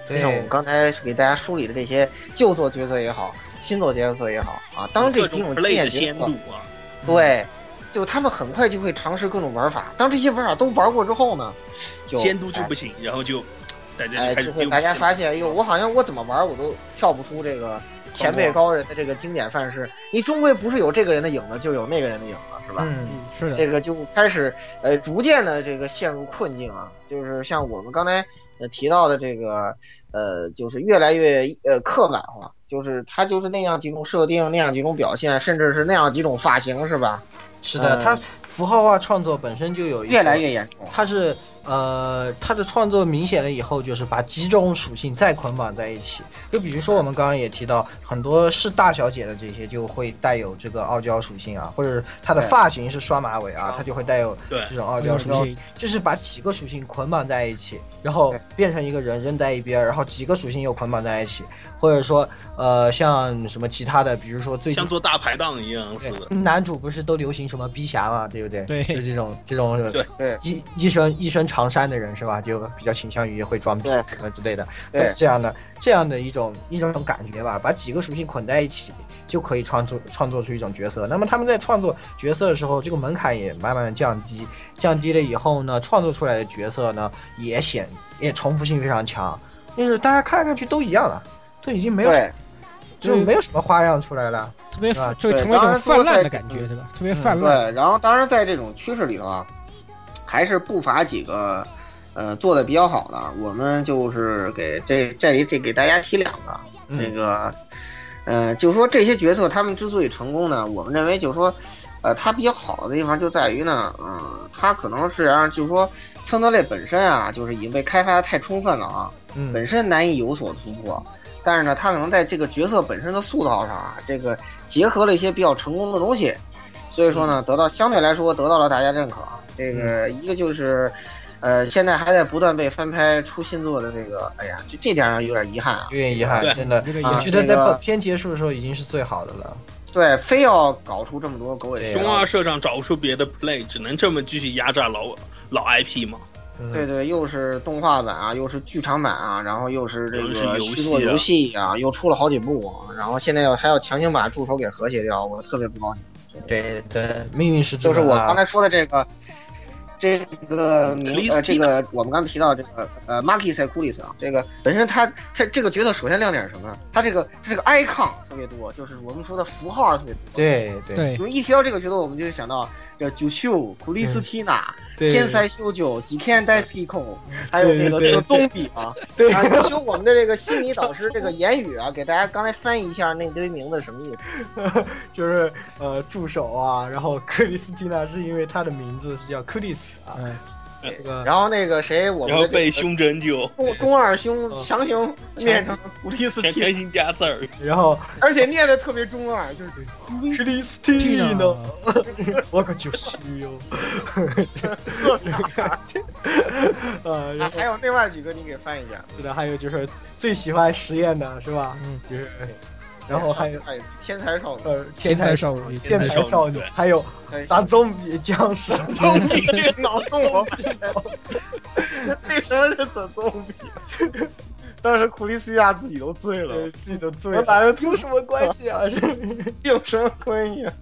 就
对
像我们刚才给大家梳理的这些旧作角色也好，新作角色也好啊，当这
各
几种
种
经
play
典
的
角
鲜
色
度啊，
对，就他们很快就会尝试各种玩法。当这些玩法都玩过之后呢，就
鲜度就不行，然后就大家
哎，
就
就
开始
会
就
大家发现，哎呦，我好像我怎么玩我都跳不出这个前辈高人的这个经典范式。你终归不是有这个人的影子，就有那个人的影子，是吧？
嗯，
嗯，是的
这，个就开始呃逐渐的这个陷入困境啊，就是像我们刚才呃提到的这个呃，就是越来越呃刻板化，就是它就是那样几种设定，那样几种表现，甚至是那样几种发型，是吧？
是的，
嗯
他符号化创作本身就有一个
越来越严重。
它是呃，它的创作明显了以后，就是把几种属性再捆绑在一起。就比如说我们刚刚也提到，很多是大小姐的这些就会带有这个傲娇属性啊，或者她的
对
发型是双马尾啊，它就会带有
对
这种傲
傲
娇
娇
属
属
性。
性，
就是把几个属性捆绑在一起，然后
对
变成一个人扔在一边，然后几个属性又捆绑在一起，或者说呃像什么其他的，比如说最近
像做大排档一样似的。
对男主不是都流行什么逼侠嘛，对不对？
对
就这种这种
对
对
一一身一身长衫的人是吧？就比较倾向于会装逼
对
什么之类的，
对
这样的这样的一种一种感觉吧，把几个属性捆在一起，就可以创作创作出一种角色。那么他们在创作角色的时候，这个门槛也慢慢的降低，降低了以后呢，创作出来的角色呢也显也重复性非常强，就是大家看来看去都一样了，都已经没有
对，
就没有什么花样出来了。
特别
啊对
就成为一种泛滥的感
当
觉，
然
对吧？特别
嗯
泛滥，
对，然后当然在这种趋势里头啊，还是不乏几个呃做的比较好的。我们就是给这这里这给大家提两个，
嗯
那个呃，就说这些角色他们之所以成功呢，我们认为就是说。呃，它比较好的地方就在于呢，嗯、它可能是让、就是说，策策类本身啊，就是已经被开发的太充分了啊，
嗯，
本身难以有所突破，但是呢，他可能在这个角色本身的塑造上啊，这个结合了一些比较成功的东西，所以说
嗯
呢，得到相对来说得到了大家认可。啊这个一个就是，呃，现在还在不断被翻拍出新作的这个，哎呀，这这点上有点遗憾啊。
有点遗憾
对，
真的。
有点
啊
我
严
觉
重。
得
这个
在片结束的时候已经是最好的了。
对，非要搞出这么多狗尾
对
续
中
貂
二社长找不出别的 play，只能这么继续压榨老老 IP 嘛。
嗯
对对，又是动画版啊，又是剧场版啊，然后又是这
又
个
是游
续
戏
作
啊
游戏啊，又出了好几部，啊然后现在要还要强行把助手给和谐掉，我特别不高兴。
对对，命运是啊
就是我刚才
才
说的这个，这个名呃，
Listina
这个我们刚才提到这个呃 m a r k i s c u l i s 啊，这个本身他他这个角色首先亮点是什么呢？他这个他这个 icon 特别多，就是我们说的符号特别多。，
对对
对
我，们一提到这个角色，我们就想到叫九秀、库丽斯缇娜、
对
天才修九、吉天戴斯基控，还有那个
对对
这个宗比啊。
对
啊，你听我们的这个心理导师这个言语啊，给大家刚才翻译一下那堆名字什么
*laughs*
意思？
就是呃助手啊，然后克里斯蒂娜是因为她的名字是叫克里斯啊，
嗯，
这个
然后那个谁，我们的
然后
这
被
个
胸针就
中中二兄
嗯
强行念成古
*laughs*
丽斯
强
汀，
强行加字儿，
然后
而且念的特别中二，就是
克里斯蒂
蒂
娜
娜，
*laughs* 我可就是哟， *laughs* 呃，
啊
然后
还有另外几个你给翻译一下，
是的，还有就是最喜欢实验的是吧？
嗯，
就是，然后还有
哎天才少女，
呃天
天
才
才
少
少女，
天才少女
天才少女，对
还有
哎
咱总比僵尸。
总比这个脑
*laughs*
洞我本身， *laughs* 这什么是总总比？当时库丽斯亚自己都醉了，
呃，自己都醉
我
了，
哪有
有什么关系 *laughs* 啊？是
有什么关系啊？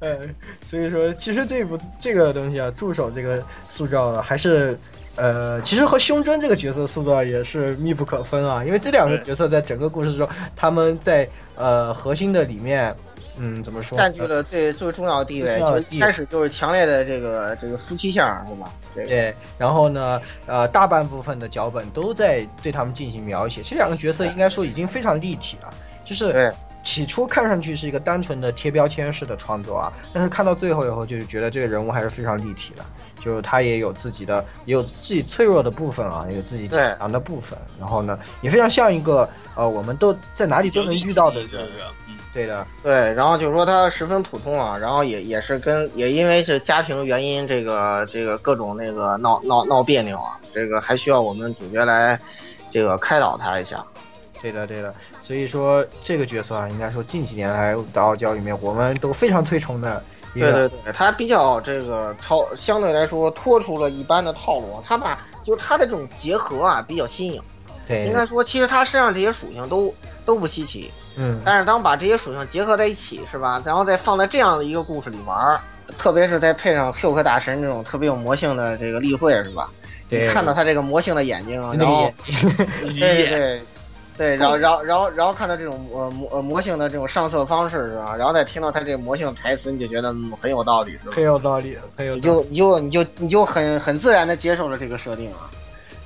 呃，所以说，其实这部这个东西啊，助手这个塑造啊还是，呃，其实和胸针这个角色塑造也是密不可分啊，因为这两个
对
角色在整个故事中，他们在呃核心的里面，嗯，怎么说？
占据了最最重要的地位，
最重
就
要的
是
地
一
位
开始就是强烈的这个这个夫妻相，对吧？这个
对，然后呢，呃，大半部分的脚本都在对他们进行描写。这两个角色应该说已经非常立体了，就是
对
起初看上去是一个单纯的贴标签式的创作啊，但是看到最后以后，就是觉得这个人物还是非常立体的，就是他也有自己的，也有自己脆弱的部分啊，也有自己
对
强强的部分，然后呢，也非常像一个呃，我们都在哪里都能遇到的人
有力气，的人嗯，
对的，
对，然后就是说他十分普通啊，然后也也是跟也因为是家庭原因，这个这个各种那个闹闹闹别扭啊，这个还需要我们主角来这个开导他一下。
对的，对的，所以说这个角色啊，应该说近几年来的傲娇里面，我们都非常推崇的一
对
个
对对，他比较这个超相对来说脱出了一般的套路，他把就是他的这种结合啊比较新颖。
对，
应该说，其实他身上这些属性都都不稀奇，
嗯，
但是当把这些属性结合在一起，是吧？然后再放在这样的一个故事里玩儿，特别是再配上 Q 克大神这种特别有魔性的这个例会，是吧？
对，
看到他这个魔性的眼睛，然
那个
后
也
死鱼
对
眼，
对对，然后然后然后然后看到这种呃魔呃魔性的这种上色方式是吧？然后再听到他这个魔性台词，你就觉得嗯很有道理是吧？
很有道理，很有
你
道理。
就你就你就你就很很自然的接受了这个设定啊。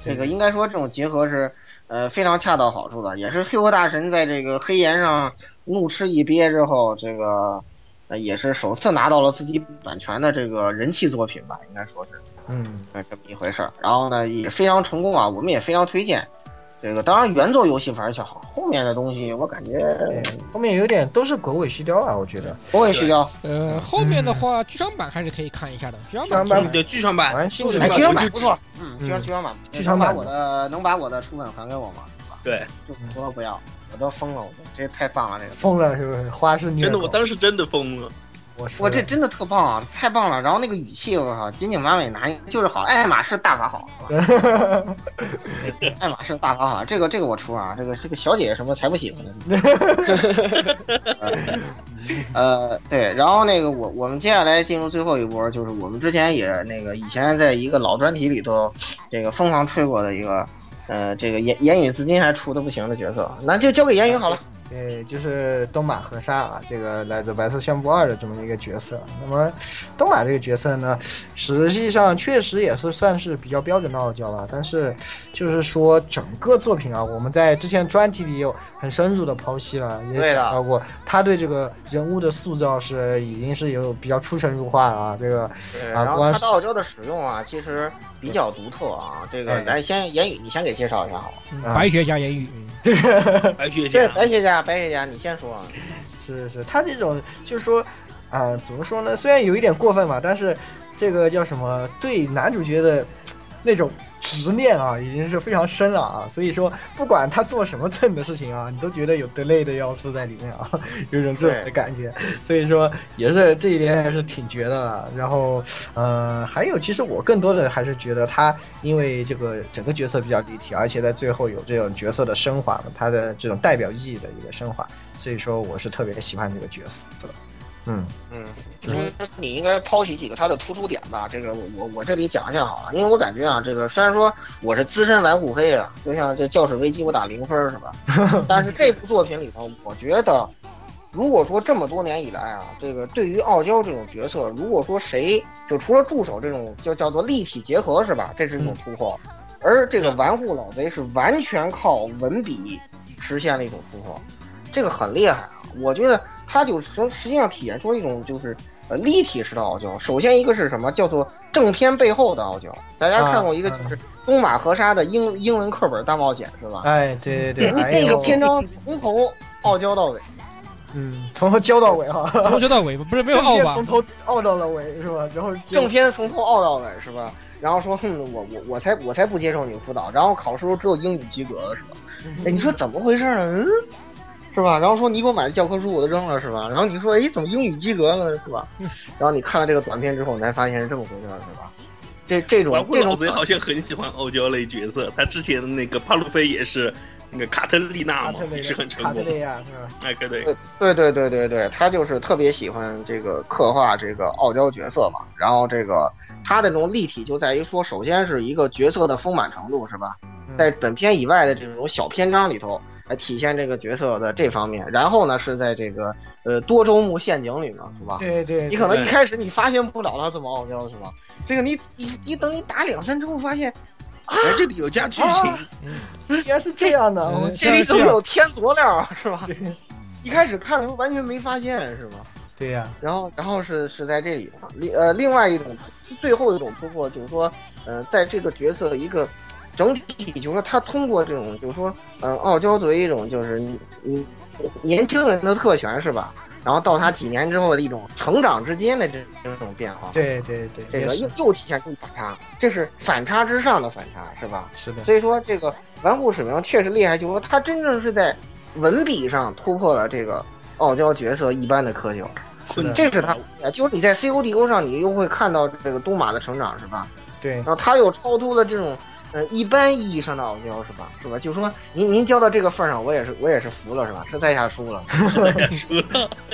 对
这个应该说这种结合是呃非常恰到好处的，也是黑客大神在这个黑岩上怒斥一憋之后，这个呃也是首次拿到了自己版权的这个人气作品吧，应该说是
嗯，
呃这么一回事儿。然后呢，也非常成功啊，我们也非常推荐。这个当然原作游戏反而较好，后面的东西我感觉
后面有点都是狗尾续貂啊，我觉得。
不会去掉。
呃，后
嗯
面的话剧场版还是可以看一下的，剧场
剧场版
版
嗯对，剧场版，
玩性质
剧
哎，
场
剧场
版我
版
就
不错，嗯，剧场剧场版不错，
剧场版
能把我的能把我的出本还给我吗？是吧
对，
就除了不要，我都疯了，我这太棒了，这个
疯了是不是？花式虐
真的，
狗
我当时真的疯了。
我说
我这真的特棒啊，太棒了！然后那个语气，我靠，紧紧马尾拿就是好，爱马仕大法好，是吧爱马仕大法好，这个这个我出啊，这个这个小姐姐什么才不喜欢呢。 *laughs* 呃，对，然后那个我我们接下来进入最后一波，就是我们之前也那个以前在一个老专题里头，这个疯狂吹过的一个，呃，这个言言语至今还出的不行的角色，那就交给言语好了。
对，就是东马和沙啊，这个来自《白色相簿二》的这么一个角色。那么，东马这个角色呢，实际上确实也是算是比较标准的傲娇吧。但是，就是说整个作品啊，我们在之前专题里有很深入的剖析了，也
对
讲
的
到过，他对这个人物的塑造是已经是有比较出神入化了啊。这个，
对，
啊
然
不
后
光
它
是
的傲娇的使用啊，其实比较独特啊。这个
哎
咱先言语，你先给介绍一下好了。
嗯
啊
白学家
*laughs*
言语，
白雪
这哎
姐，
白学家，白学家，你先说啊。
是是，他这种就是说，啊、怎么说呢？虽然有一点过分吧，但是这个叫什么，对男主角的那种执念啊，已经是非常深了啊。所以说，不管他做什么蹭的事情啊，你都觉得有得累的要素在里面啊， *laughs* 有种这种的感觉。所以说，也是这一点还是挺绝的了。然后，呃，还有，其实我更多的还是觉得他因为这个整个角色比较立体，而且在最后有这种角色的升华嘛，他的这种代表意义的一个升华。所以说我是特别喜欢这个角色的。嗯，
嗯，
嗯
你应该剖析几个它的突出点吧。这个我我我这里讲一下好了，因为我感觉啊，这个虽然说我是资深蓝护黑啊，就像这《教室危机》我打零分儿是吧？但是这部作品里头，我觉得如果说这么多年以来啊，这个对于傲娇这种角色，如果说谁就除了助手这种就叫做立体结合是吧？这是一种突破，而这个玩户老贼是完全靠文笔实现了一种突破，这个很厉害啊！我觉得它就实实际上体现出一种就是呃立体式的傲娇。首先一个是什么叫做正片背后的傲娇？大家看过一个
啊
就是东马河沙的英英文课本大冒险是吧？
哎，对对对，哎
那个
呦，
篇章从头傲娇到尾。
嗯，从头教到尾哈，
从头到尾
*laughs*
不是没有
正
傲
片
吧
从？头傲到了尾是吧？然后就
正片从头傲到尾是吧？然后说，哼，我我我才我才不接受你的辅导。然后考试时候只有英语及格是吧？哎，你说怎么回事呢？嗯，是吧？然后说你给我买的教科书我都扔了是吧？然后你说，哎，怎么英语及格了是吧？然后你看了这个短片之后，你才发现是这么回事儿是吧？这这
玩
种
户
这
老
种
贼好像很喜欢傲娇类角色，他之前的那个帕路飞也是，那个卡特丽
卡
娜嘛
特，雷
也是很成
卡特
功。
雷亚是吧？
哎，对对，
对对对对对，他就是特别喜欢这个刻画这个傲娇角色嘛。然后这个他的这种立体就在于说，首先是一个角色的丰满程度，是吧？
嗯
在本片以外的这种小篇章里头，来体现这个角色的这方面。然后呢，是在这个呃多周目陷阱里呢，是吧？
对对，
你可能一开始你发现不了他怎么傲娇，是吧？这个你你你等你打两三周发现，
哎，这里有加剧情，
能竟然是这样的，
嗯
我
这
这
样
里怎么
这样
有天佐料啊，是吧？
对
一开始看的时候完全没发现，是吧？
对呀，
然后，然后是是在这里，另呃，另外一种最后一种突破就是说，呃，在这个角色一个整体，就是说他通过这种，就是说，嗯、傲娇作为一种就是你你年轻人的特权是吧？然后到他几年之后的一种成长之间的这这种变化，
对对对，
这
也
个
是
又又体现出反差，这是反差之上的反差是吧？
是的，
所以说这个玩户使命确实厉害，就是说他真正是在文笔上突破了这个傲娇角色一般的苛求。
是的，
这是他，就是你在 CODO 上，你又会看到这个东马的成长，是吧？
对
然后他又超出了这种，呃，一般意义上的傲娇，是吧？是吧？就说您您教到这个份儿上，我也是我也是服了，是吧？是在下输
*laughs*
了。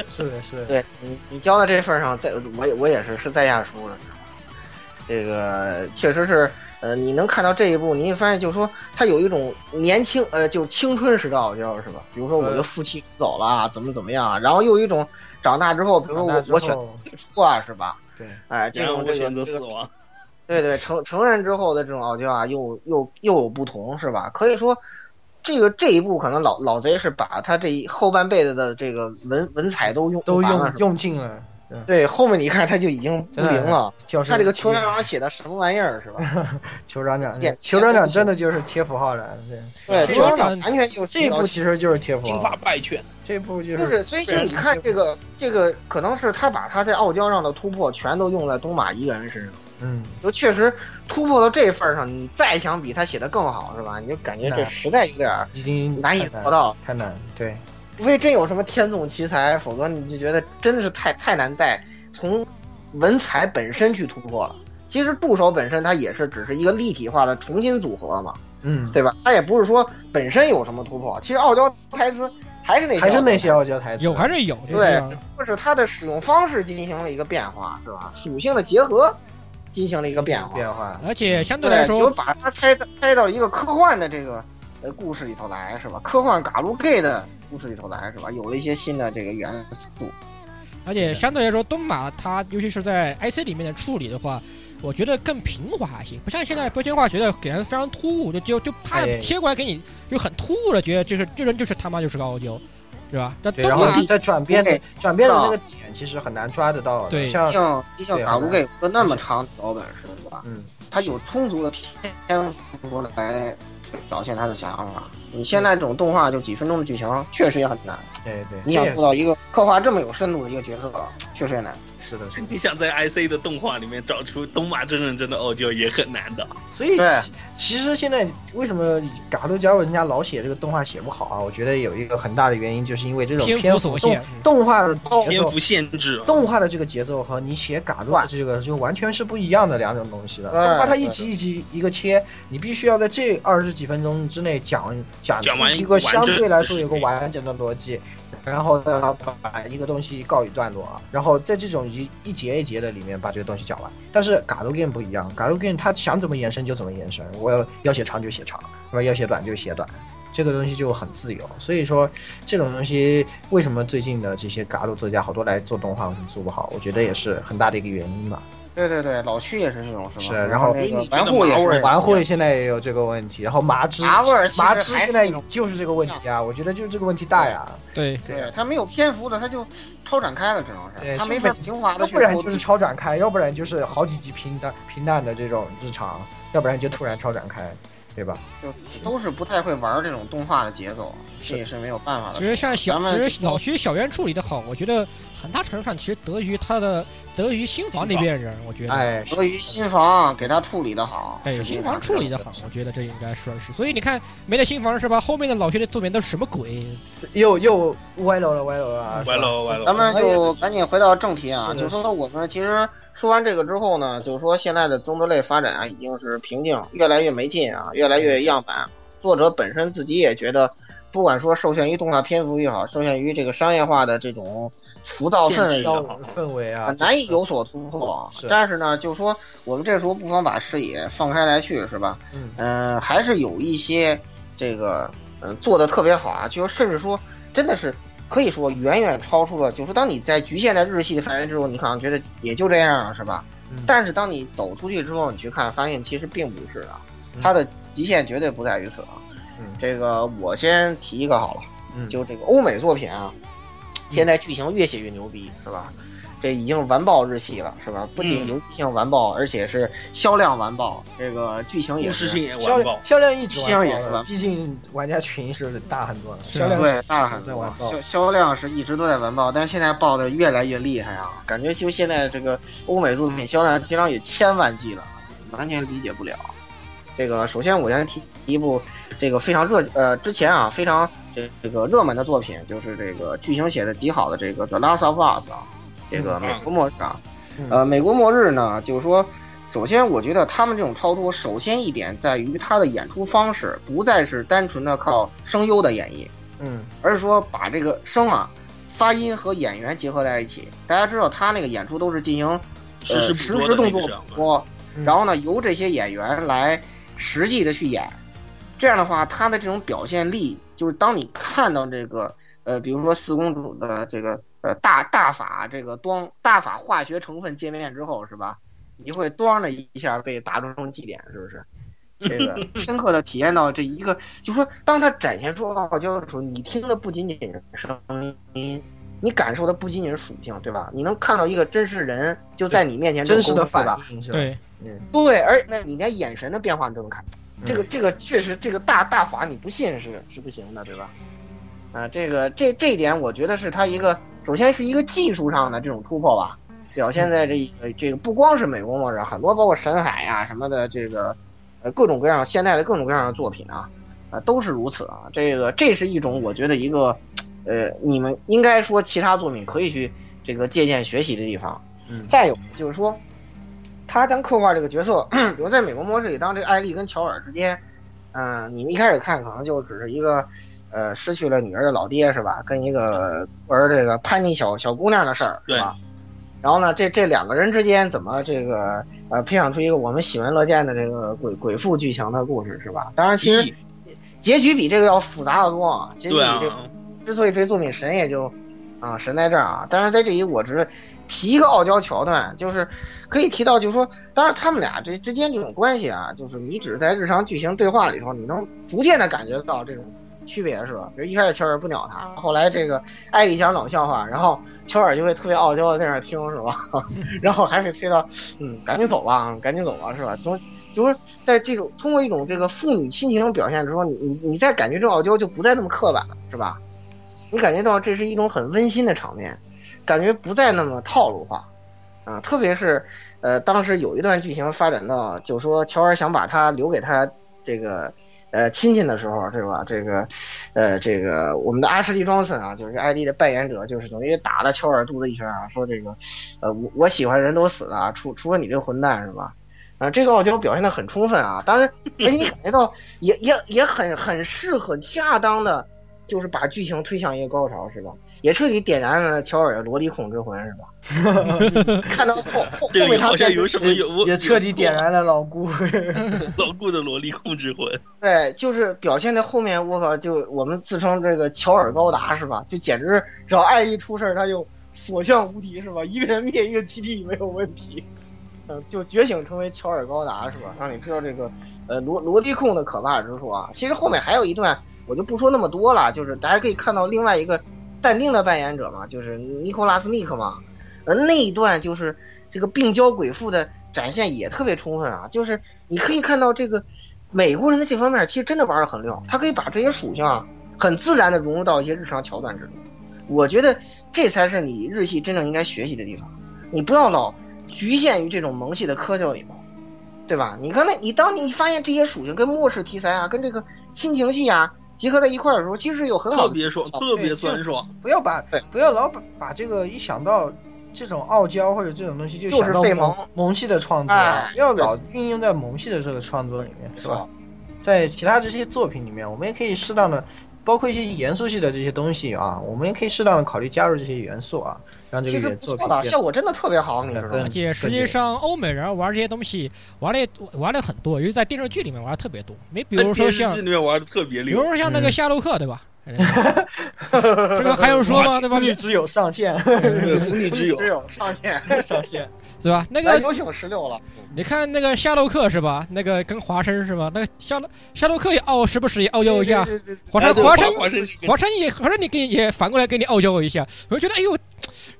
是的是的，
对你你教到这份儿上，在我也我也是是在下输了。这个确实是，呃，你能看到这一步，你会发现，就是说他有一种年轻，呃，就青春时的傲娇，是吧？比如说我
是
就负气走了啊，怎么怎么样啊，然后又有一种长大之后，比如说
长大
我
之
我选
后，
退出啊，是吧？
对，
哎，这
然后
种
我
这
选
个
择
这个
死亡。
对对，成成人之后的这种傲娇啊，又又又有不同，是吧？可以说，这个这一步可能老老贼是把他这一后半辈子的这个文文采都用
都
完了
用
是吧
用尽了，
对，后面你看他就已经不
真的
灵了。
教师
他这个
气
酋长长写的什么玩意儿是吧？
*laughs* 酋长长
点，
酋长长真的就是贴符号了。对，
对，
这
酋长
个
长完全就是
这一
提
部
到
其实就是贴符
金
号
发，败犬，
这部就
就是是，所以就是你看这个这个，可能是他把他在傲娇上的突破全都用在东马一个人身上，
嗯，
就确实突破到这份儿上，你再想比他写的更好是吧？你就感觉这
那
实在有点儿
已经
难以
太
做到，
太难。对，
除非真有什么天纵奇才，否则你就觉得真的是太太难再从文采本身去突破了。其实助手本身它也是只是一个立体化的重新组合嘛，
嗯，
对吧？它也不是说本身有什么突破。其实傲娇台词还是那些
还是那些
傲娇台词
傲娇台词，
有还是有，就是
对
啊
或者它的使用方式进行了一个变化，是吧？属性的结合进行了一个变化，
变化。
而且相对
对，
来
就
说，
把它拆拆到一个科幻的这个呃故事里头来，是吧？科幻嘎鲁 gay 的故事里头来，是吧？有了一些新的这个元素，
而且相对来说，东马它尤其是在 IC 里面的处理的话，我觉得更平滑一些，不像现在标签化学的给人非常突兀，就就就啪
哎
贴过来给你就很突兀的觉得这是这人就是他妈就是个傲娇，是吧？但
对，
东
然后
马
在转变的
啊对
转变的那个点，其实很难抓得到的。
对
毕
像
竟毕竟
对
嘎鲁
好
gay 有个那么长的脚本，是吧？
嗯，
它有充足的篇幅来表现他的想法。你现在这种动画就几分钟的剧情，确实也很难。
对对，
你
这
想
也
做到一个刻画这么有深度的一个角色，确实也难。
是的，是的。
你想在 IC 的动画里面找出东马真人真的傲娇也很难的。
所以
对
其其实现在为什么嘎鲁加文人家老写这个动画写不好啊？我觉得有一个很大的原因，就是因为这种
篇幅
篇
所
动
限嗯
动画的节
哦
篇
奏
幅限制，
动画的这个节奏和你写嘎鲁的这个就完全是不一样的两种东西了。
对
动画它一集一集一个切，你必须要在这二十几分钟之内讲讲出
讲完
一个相对来说
完整的事情
有个完整的逻辑，然后呢把一个东西告一段落啊，然后在这种一一节一节的里面把这个东西讲完。但是嘎鲁 game 不一样，嘎鲁 game 它想怎么延伸就怎么延伸，我要要写长就写长，是吧？要写短就写短。这个东西就很自由，所以说这种东西为什么最近的这些嘎鲁作家好多来做动画，为什么做不好？我觉得也是很大的一个原因吧。
对对对，老区也是这种，是吧？
是然
然
后
那个
你觉
玩
得
户也
麻味
是
儿
这样
玩会现在也有这个问题，然后麻枝
麻味儿其实
麻枝
还是
现在就是这个问题啊，我觉得就是这个问题大呀，
对
对他没有篇幅了，他就超展开了，只能
对
是他没法平滑
要
的去
不
沟通。
然就是超展开，要不然就是好几集平淡平淡的这种日常，要不然就突然超展开，对吧？
就都是不太会玩这种动画的节奏，
是
这也是没有办法的。
其实像小
咱，们
其实老徐小圆处理的好，我觉得很大程度上其实得益于他的得益于新房那边人，我觉得，
哎，
由于新房给他处理的好，
对
实际
新
上
房
是
处理的好，我觉得这应该算是。所以你看，没了新房是吧？后面的老徐的作品都是什么鬼？
又又歪楼了，歪楼了啊，是吧
完了哦完
咱
了，
们就赶紧回到正题啊，
是的
就说我们其实说完这个之后呢，就说现在的综合类发展啊，已经是瓶颈，越来越没劲啊，越来越样板。作者本身自己也觉得，不管说受限于动画篇幅也好，受限于这个商业化的这种浮躁氛围也好，
氛围啊哦
啊，，难以有所突破。啊
是
但是呢，就说我们这时候不妨把视野放开来去，是吧？
嗯
呃，还是有一些这个嗯、呃做的特别好啊，就甚至说真的是可以说远远超出了，就是当你在局限在日系的范围之后，你可能觉得也就这样了，是吧？
嗯
但是当你走出去之后，你去看，发现其实并不是啊
嗯，
它的极限绝对不在于此啊。
嗯
这个我先提一个好了。
嗯
就这个欧美作品啊，现在剧情越写越牛逼，是吧？这已经完爆日系了，是吧？不仅
嗯
游戏性完爆，而且是销量完爆，这个剧情也
故事
是
性也
销
完爆
量。销量一直
销
完
量
爆
也是
了，
完
毕竟玩家群是大很多了，
啊
是
销量
对
是
大很
在完爆
销。销量是一直都在完爆，但是现在爆的越来越厉害啊！感觉就现在这个欧美作品销量经常也千万计了，完全理解不了。这个首先我先提一部这个非常热呃之前啊非常这这个热门的作品，就是这个剧情写的极好的这个《The Last of Us》啊，这个
嗯
美国末日啊，
嗯
呃，美国末日呢，就是说。首先，我觉得他们这种超脱，首先一点在于他的演出方式不再是单纯的靠声优的演绎，
嗯，
而是说把这个声啊、发音和演员结合在一起。大家知道他那个演出都是进行
实时
呃、
捕
实
捉
时
的
动
那个
作
是吧
捕捉，
嗯
然后呢由这些演员来实际的去演。这样的话，他的这种表现力，就是当你看到这个呃，比如说四公主的这个呃大大法这个端大法化学成分界面之后，是吧？你会咣的一下被打中祭点，是不是？这
*laughs*
个深刻的体验到这一个，就说当它展现出傲娇的时候，你听的不仅仅是声音，你感受的不仅仅是属性，对吧？你能看到一个真实人就在你面前
真实的
这种沟通对
反
吧？
应是吧？
对，
对，而那你连眼神的变化你都能看，这个
嗯
这个确实这个大大法你不信是是不行的，对吧？啊，这个这这一点我觉得是它一个首先是一个技术上的这种突破吧，表现在这个这个不光是美国末日，很多包括神海啊什么的这个呃各种各样现代的各种各样的作品啊啊都是如此啊，这个这是一种我觉得一个呃你们应该说其他作品可以去这个借鉴学习的地方。
嗯
再有就是说，他当刻画这个角色， *clears throat* 比如在美国模式里，当这个艾丽跟乔尔之间，嗯、你们一开始看可能就只是一个，呃，失去了女儿的老爹是吧？跟一个玩这个叛逆小小姑娘的事儿是吧？然后呢，这这两个人之间怎么这个呃培养出一个我们喜闻乐见的这个鬼鬼父剧情的故事是吧？当然，其实结局比这个要复杂的多啊，结局比
对啊
这，个之所以这作品神也就啊、神在这儿啊，但是在这里我只是提一个傲娇桥段，就是可以提到，就是说，当然他们俩这之间这种关系啊，就是你只是在日常剧情对话里头，你能逐渐的感觉到这种区别，是吧？比如一开始乔尔不鸟他，后来这个艾丽讲冷笑话，然后乔尔就会特别傲娇的在那儿听，是吧？ *laughs* 然后还会催到，嗯，赶紧走吧，赶紧走吧，是吧？从就是在这种通过一种这个父女亲情的表现之后，你你你再感觉这种傲娇就不再那么刻板了，是吧？你感觉到这是一种很温馨的场面，感觉不再那么套路化，啊，特别是呃，当时有一段剧情发展到，就说乔尔想把他留给他这个呃亲戚的时候，对吧？这个呃，这个我们的阿什利·庄森啊，就是艾丽的扮演者，就是等于打了乔尔肚子一拳啊，说这个呃，我我喜欢的人都死了啊，除除了你这个混蛋是吧？啊，这个傲娇表现的很充分啊，
*laughs*
当然，而且你感觉到也也也很很适合恰当的。就是把剧情推向一个高潮，是吧？也彻底点燃了乔尔的萝莉控之魂，是吧？
*laughs*
看到后后
这
后
个
面他
好像
变
有什么有
也彻底点燃了老顾。 *laughs*
老顾的萝莉控制魂，
对，就是表现在后面，我靠，就我们自称这个乔尔高达是吧？就简直只要艾丽出事儿，他就所向无敌是吧？一个人灭一个基地没有问题，嗯、就觉醒成为乔尔高达是吧？让你知道这个呃罗罗迪控的可怕之处啊。其实后面还有一段我就不说那么多了，就是大家可以看到另外一个暂定的扮演者嘛，就是尼古拉斯密克嘛，而那一段就是这个病娇鬼父的展现也特别充分啊，就是你可以看到这个。美国人在这方面其实真的玩的很溜，他可以把这些属性啊，很自然的融入到一些日常桥段之中。我觉得这才是你日系真正应该学习的地方，你不要老局限于这种萌系的窠臼里头，对吧？你刚才你当你发现这些属性跟末世题材啊，跟这个亲情戏啊结合在一块儿的时候，其实是有很好
特
的
别爽，特别酸爽。
不要把
对
不要老把把这个一想到这种傲娇或者这种东西就
就是
想到
费
萌
萌
萌系的创作啊
哎，
不要老运用在萌系的这个创作里面，是吧？在其他这些作品里面，我们也可以适当的，包括一些严肃系的这些东西啊，我们也可以适当的考虑加入这些元素啊，让这
其
个
实
元
不
作
错
品
的，
变
效果真的特别好，你知道吗
而？且实际上欧美人玩这些东西玩的玩的很多，尤其在电视剧里面玩的特别多。没比如说
哎电视
像
剧里面嗯玩的特别
比
溜
如，说像那个夏洛克，对吧？哎
*laughs*
这个还用
*laughs*
说吗？对吧
妇？女之友上
*laughs*
线，
对妇
*laughs*
女之友
只有上线，
上线，
对吧？那
哎，
个
有请十六了。
你看那个夏洛克是吧？那个跟华生是吧？那个夏洛夏洛克也傲，时不时也傲娇一下。华
哎
生
对
华生
华生是
华晨也，华晨你给也反过来给你傲娇一下，我就觉得，哎呦，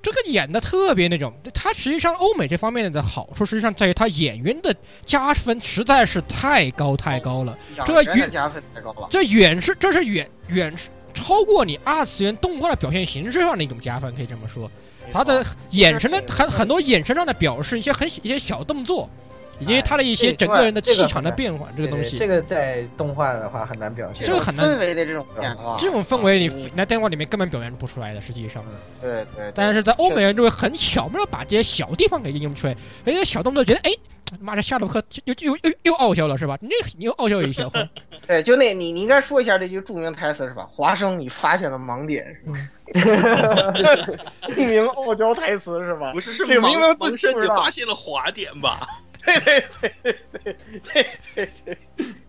这个演的特别那种。他实际上欧美这方面的好处，实际上在于他演员的加分实在是太高太高了，这
演员的加分太高了。
这远是这是远远超过你二次元动画的表现形式上的一种加分，可以这么说。他的
啊
眼神的很很多眼神上的表示，一些很一些小动作，以及他的一些整个人的气场的变化，这个东西，
这个在动画的话很难表现，
这个很难
氛围的这种变化，
这种氛围你那电话里面根本表现不出来的，实际上。
对对对，
但是在欧美人就会很巧妙地把这些小地方给应用出来，人家小动作觉得哎，妈这夏洛克又又又又傲娇了是吧？你这你又傲娇一下，
对，就那你你应该说一下这句著名台词是吧？华生，你发现了盲点是吧？
嗯
*laughs* 著名傲娇台词是吧？
不是是
这
盲
明明自己
盲生
不
你
知道
发现了滑点吧？
对对对对对对对，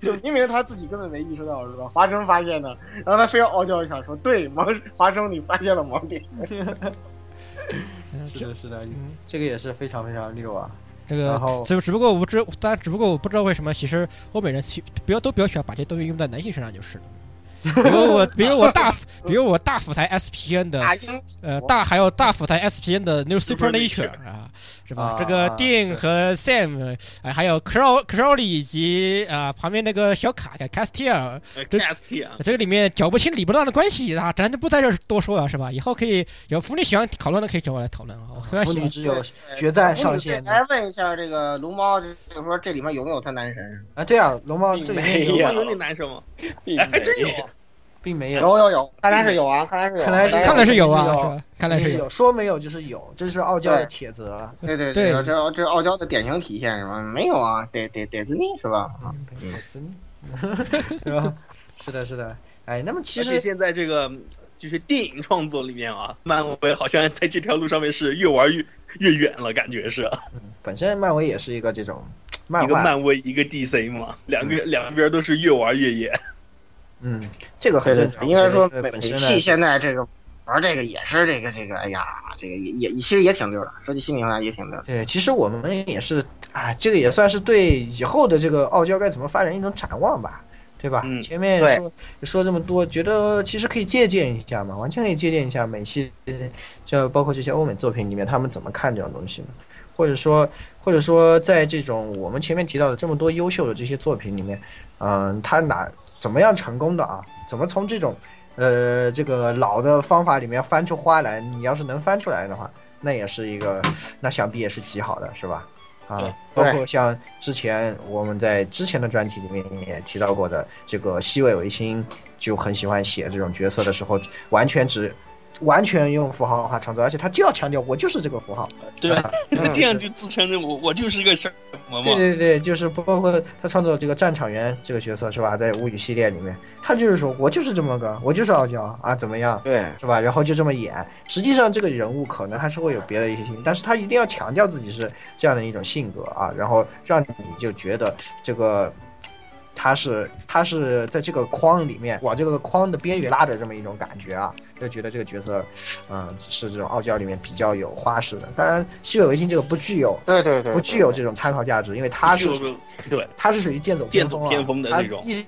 就明明他自己根本没意识到是吧？华生发现的，然后他非要傲娇一下说：“对，盲华生，你发现了盲点。
嗯
是的，是的，
嗯
这个也是非常非常溜啊。
这
然
个
后
只只不过我不知，但只不过我不知道为什么，其实欧美人其比较都比较喜欢把这些东西用在男性身上就是了。比如我，比如我大，比如我大府台 SPN 的
大英
呃，大还有大府台 SPN 的 New Super
Supernature
Nature 啊，是吧？
啊
这个
啊
电
是
和 Sam，呃、还有 Crow Crowley 以及啊、旁边那个小卡的 Castiel，这
c a s t 啊，
这个里面搅不清理不乱的关系啊，咱就不在这儿多说了，是吧？以后可以有妇女喜欢讨论的可以找我来讨论啊。我虽然
妇
喜
女
欢
之友决战上线
来问一下这个龙猫，就是说这里面有没有他男神？
啊，对啊，龙猫这里面
并没
有
有 *laughs* 你男生吗？
并
哎，
没
真有啊，
并没有，
有有有，看来是有啊，看来是有啊，
看来是
大家
看来是有啊，
有
是吧？看来是有。
有说没有就是有，这是傲娇的铁则。
对对
对
这这这傲娇的典型体现是吧？没有啊，得得得自立是吧？啊
真，嗯是吧？是的，是的。哎，那么其
而且
实
现在这个嗯就是电影创作里面啊，漫威好像在这条路上面是越玩越越远了，感觉是啊
本身漫威也是一个这种漫
一个
画，
漫威一个 DC 嘛，两个两边都是越玩越野。
嗯，这个
对
很
对
正，常。
应该说
这
美
个本
美
身
系
呢，
现在这个玩这个也是这个这个，哎呀，这个也也其实也挺溜的，说句心里话也挺溜的。
对，其实我们也是，哎，这个也算是对以后的这个傲娇该怎么发展一种展望吧，对吧？
嗯
前面
对
说说这么多，觉得其实可以借鉴一下嘛，完全可以借鉴一下美系，就包括这些欧美作品里面他们怎么看这种东西嘛。或者说，或者说，在这种我们前面提到的这么多优秀的这些作品里面，嗯，他哪怎么样成功的啊？怎么从这种，呃，这个老的方法里面翻出花来？你要是能翻出来的话，那也是一个，那想必也是极好的，是吧？啊，包
对
括像之前我们在之前的专题里面也提到过的，这个西尾维新就很喜欢写这种角色的时候，完全只完全用符号化创作，而且他就要强调我就是这个符号，
对吧？
嗯
这样就自称着我我就是个什么
对
嘛？
对对，就是包括他创作这个战场员这个角色是吧，在物语系列里面，他就是说我就是这么个，我就是傲娇啊，怎么样？
对，
是吧？然后就这么演，实际上这个人物可能还是会有别的一些性格，但是他一定要强调自己是这样的一种性格啊，然后让你就觉得这个他是他是在这个框里面往这个框的边缘拉的这么一种感觉啊，就觉得这个角色，嗯，是这种傲娇里面比较有花式的。当然，西尾维新这个不具有
对对对，
不具有这种参考价值，因为他
他
是
说不对，
他是属于剑走
剑
锋、
走
啊、
偏锋的
他
这种
一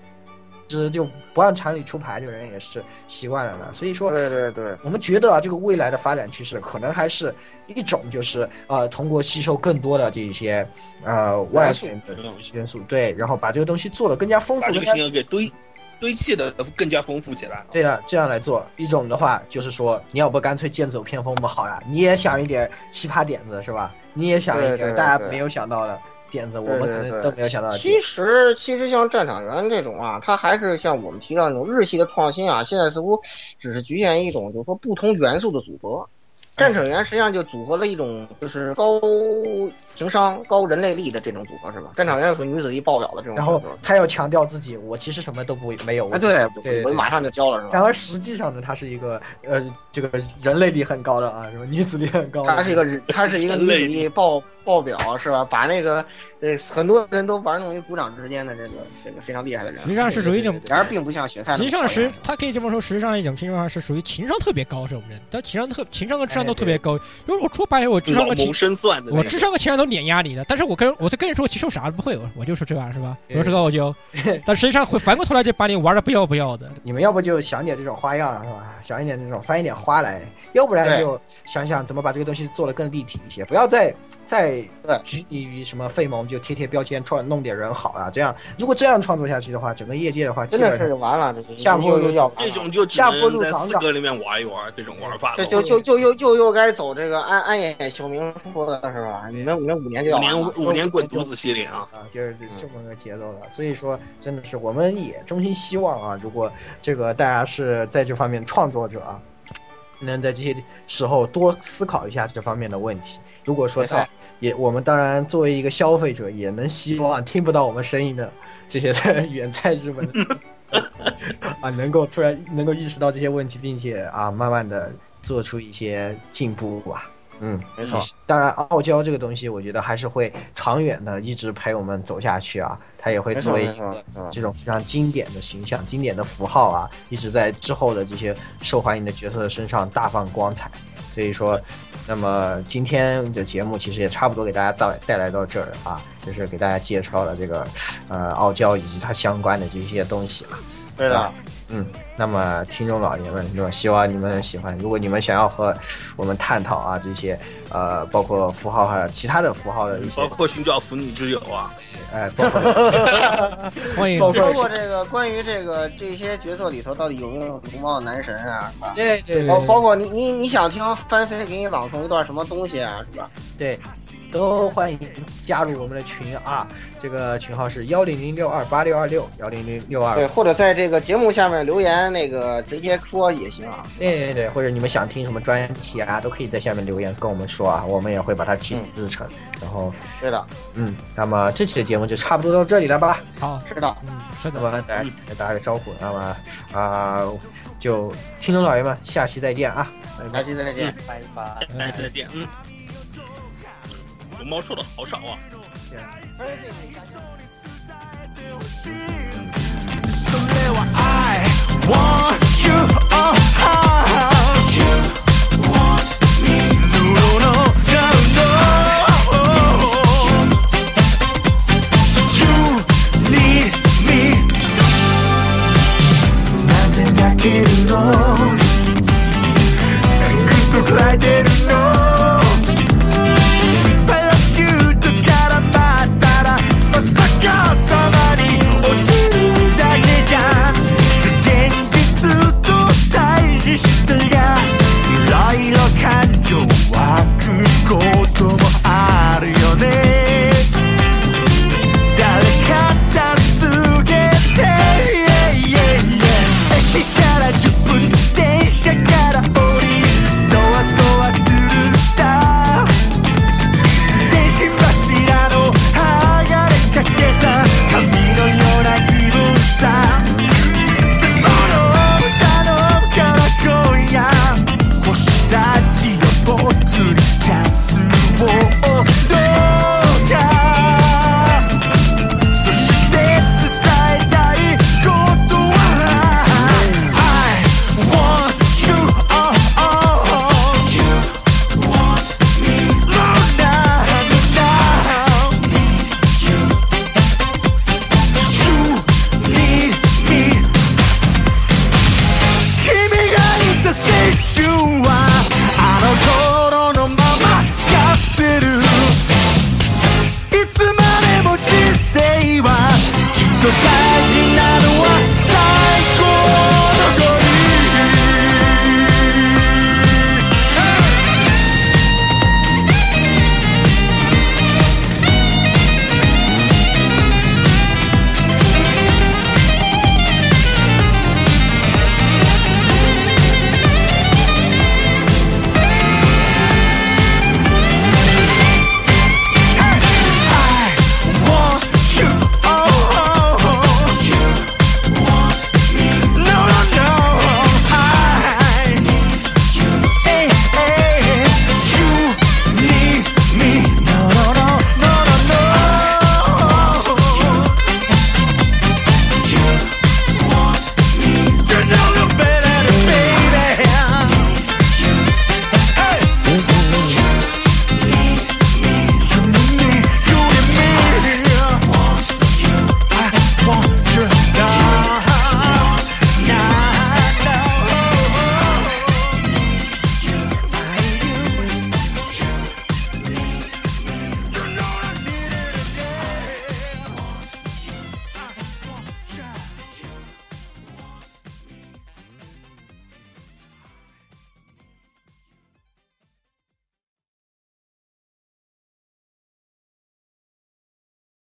直就不按常理出牌，这个人也是习惯了的。所以说，
对对对，
我们觉得啊，这个未来的发展趋势可能还是一种就是呃，通过吸收更多的这些呃外
元素
源的
这种
元素，对，然后把这个东西做得更加丰
把
富、
这
更
个
加
形象给堆堆砌的更加丰富起来。啊
对的，这样来做。一种的话就是说，你要不干脆剑走偏锋吧，好呀，你也想一点奇葩点子是吧？你也想一
对对
点
对
大家没有想到的点子，我们
对对
可能
对
都没有
啊
想到的点
其实，其实像战场员这种啊，它还是像我们提到那种日系的创新啊，现在似乎只是局限于一种，就是说不同元素的组合。
哎
战场员实际上就组合了一种，就是高情商、高人类力的这种组合，是吧？战场员属于女子力爆表的这种
然
组
后
合。
他要强调自己，我其实什么都不没有。我
哎，
只是
对，
对
我
对。
马上就交了，是
然
吧？
而实际上呢，他是一个呃，这个人类力很高的啊，什么女子力很高的。
他是一个人，他是一个女子力爆爆表，是吧？把那个呃很多人都玩弄于股掌之间的这个这个非常厉害的人。
实际上是属于一种，
然而并不像雪菜那
实
么
际
漂
上
亮。
是他可以这么说，实际上一种情况下是属于情商特别高这种人，但情商特情商和智商都
哎
特别高。因为我说白了，我智商
老
和情
谋深算的那
我
种，
智商和情商都碾压你的，但是我跟我就跟你说，其实我啥都不会，我我就说这玩意儿是吧？我是个傲娇，但实际上会反过头来就把你玩的不要不要的。
你们要不就想点这种花样啊是吧？想一点这种翻一点花来，要不然
对
就想想怎么把这个东西做得更立体一些，不要再再
对
拘泥于什么费蒙就贴贴标签创弄点人好啊。这样如果这样创作下去的话，整个业界的话，基
真
本
的
上
是就完了，这就
下坡
又
路
又
走
要完
这
了
种就只
下坡路
能在
挡
四
挡
哥里面玩一玩这种玩法
这
了。
就就就又又又该走这个安安野秀明说的是吧？你们你们五年就要
五
完
年
了
五年滚犊子系列啊！
啊，就是
嗯
这么个节奏了。所以说，真的是我们也衷心希望啊，如果这个大家是在这方面创作者啊，能在这些时候多思考一下这方面的问题。如果说
没错
他也，我们当然作为一个消费者，也能希望听不到我们声音的 *laughs* 这些在远在日本的啊，能够突然能够意识到这些问题，并且啊，慢慢的做出一些进步啊。嗯，
没错，
当然，傲娇这个东西，我觉得还是会长远的一直陪我们走下去啊。它也会
没
作
错
为
没
一
错
个，
嗯
这种非常经典的形象、经典的符号啊，一直在之后的这些受欢迎的角色身上大放光彩。所以说，那么今天的节目其实也差不多给大家到带来到这儿啊，就是给大家介绍了这个呃傲娇以及它相关的这些东西啊了。
对的，
嗯，那么听众老爷们，那么希望你们喜欢。如果你们想要和我们探讨啊这些呃，包括符号还有其他的符号的一些
包括寻找腐女之友啊，
呃，包 *laughs* 括
*laughs*
欢迎
包
包
括
括这个关于这个这些角色里头到底有没有容貌男神啊，是吧？
对对
包包括你你你想听 Fancy 给你朗诵一段什么东西啊，是吧？
对，都欢迎加入我们的群啊，这个群号是幺零零六二八六二六幺零零六二
啊对，或者在这个节目下面留言，那个直接说也行啊。
对对对，或者你们想听什么专题啊，都可以在下面留言跟我们说啊，我们也会把它提制成。然后，
对的，
嗯，那么这期的节目就差不多到这里了吧？
好，
是的，
嗯，是
那
的，
么大家给大家个招呼，那么啊、就听众老爷们，下期再见啊，拜拜
下。期再见。
拜拜。
下次的店，嗯，龙猫瘦的好少啊。
嗯
感情湧くこともあるよね誰かったりすげて yeah, yeah, yeah 駅から10分電車から降りそわそわするさ電信柱の剥がれかけた髪のような気分さその歌のから今夜星たちのぼつりチャンスをどうかそして伝えたいことは I want you oh oh You want me No now now You You need me 君がいた青春はあの頃のままやってるいつまでも人生はきっと大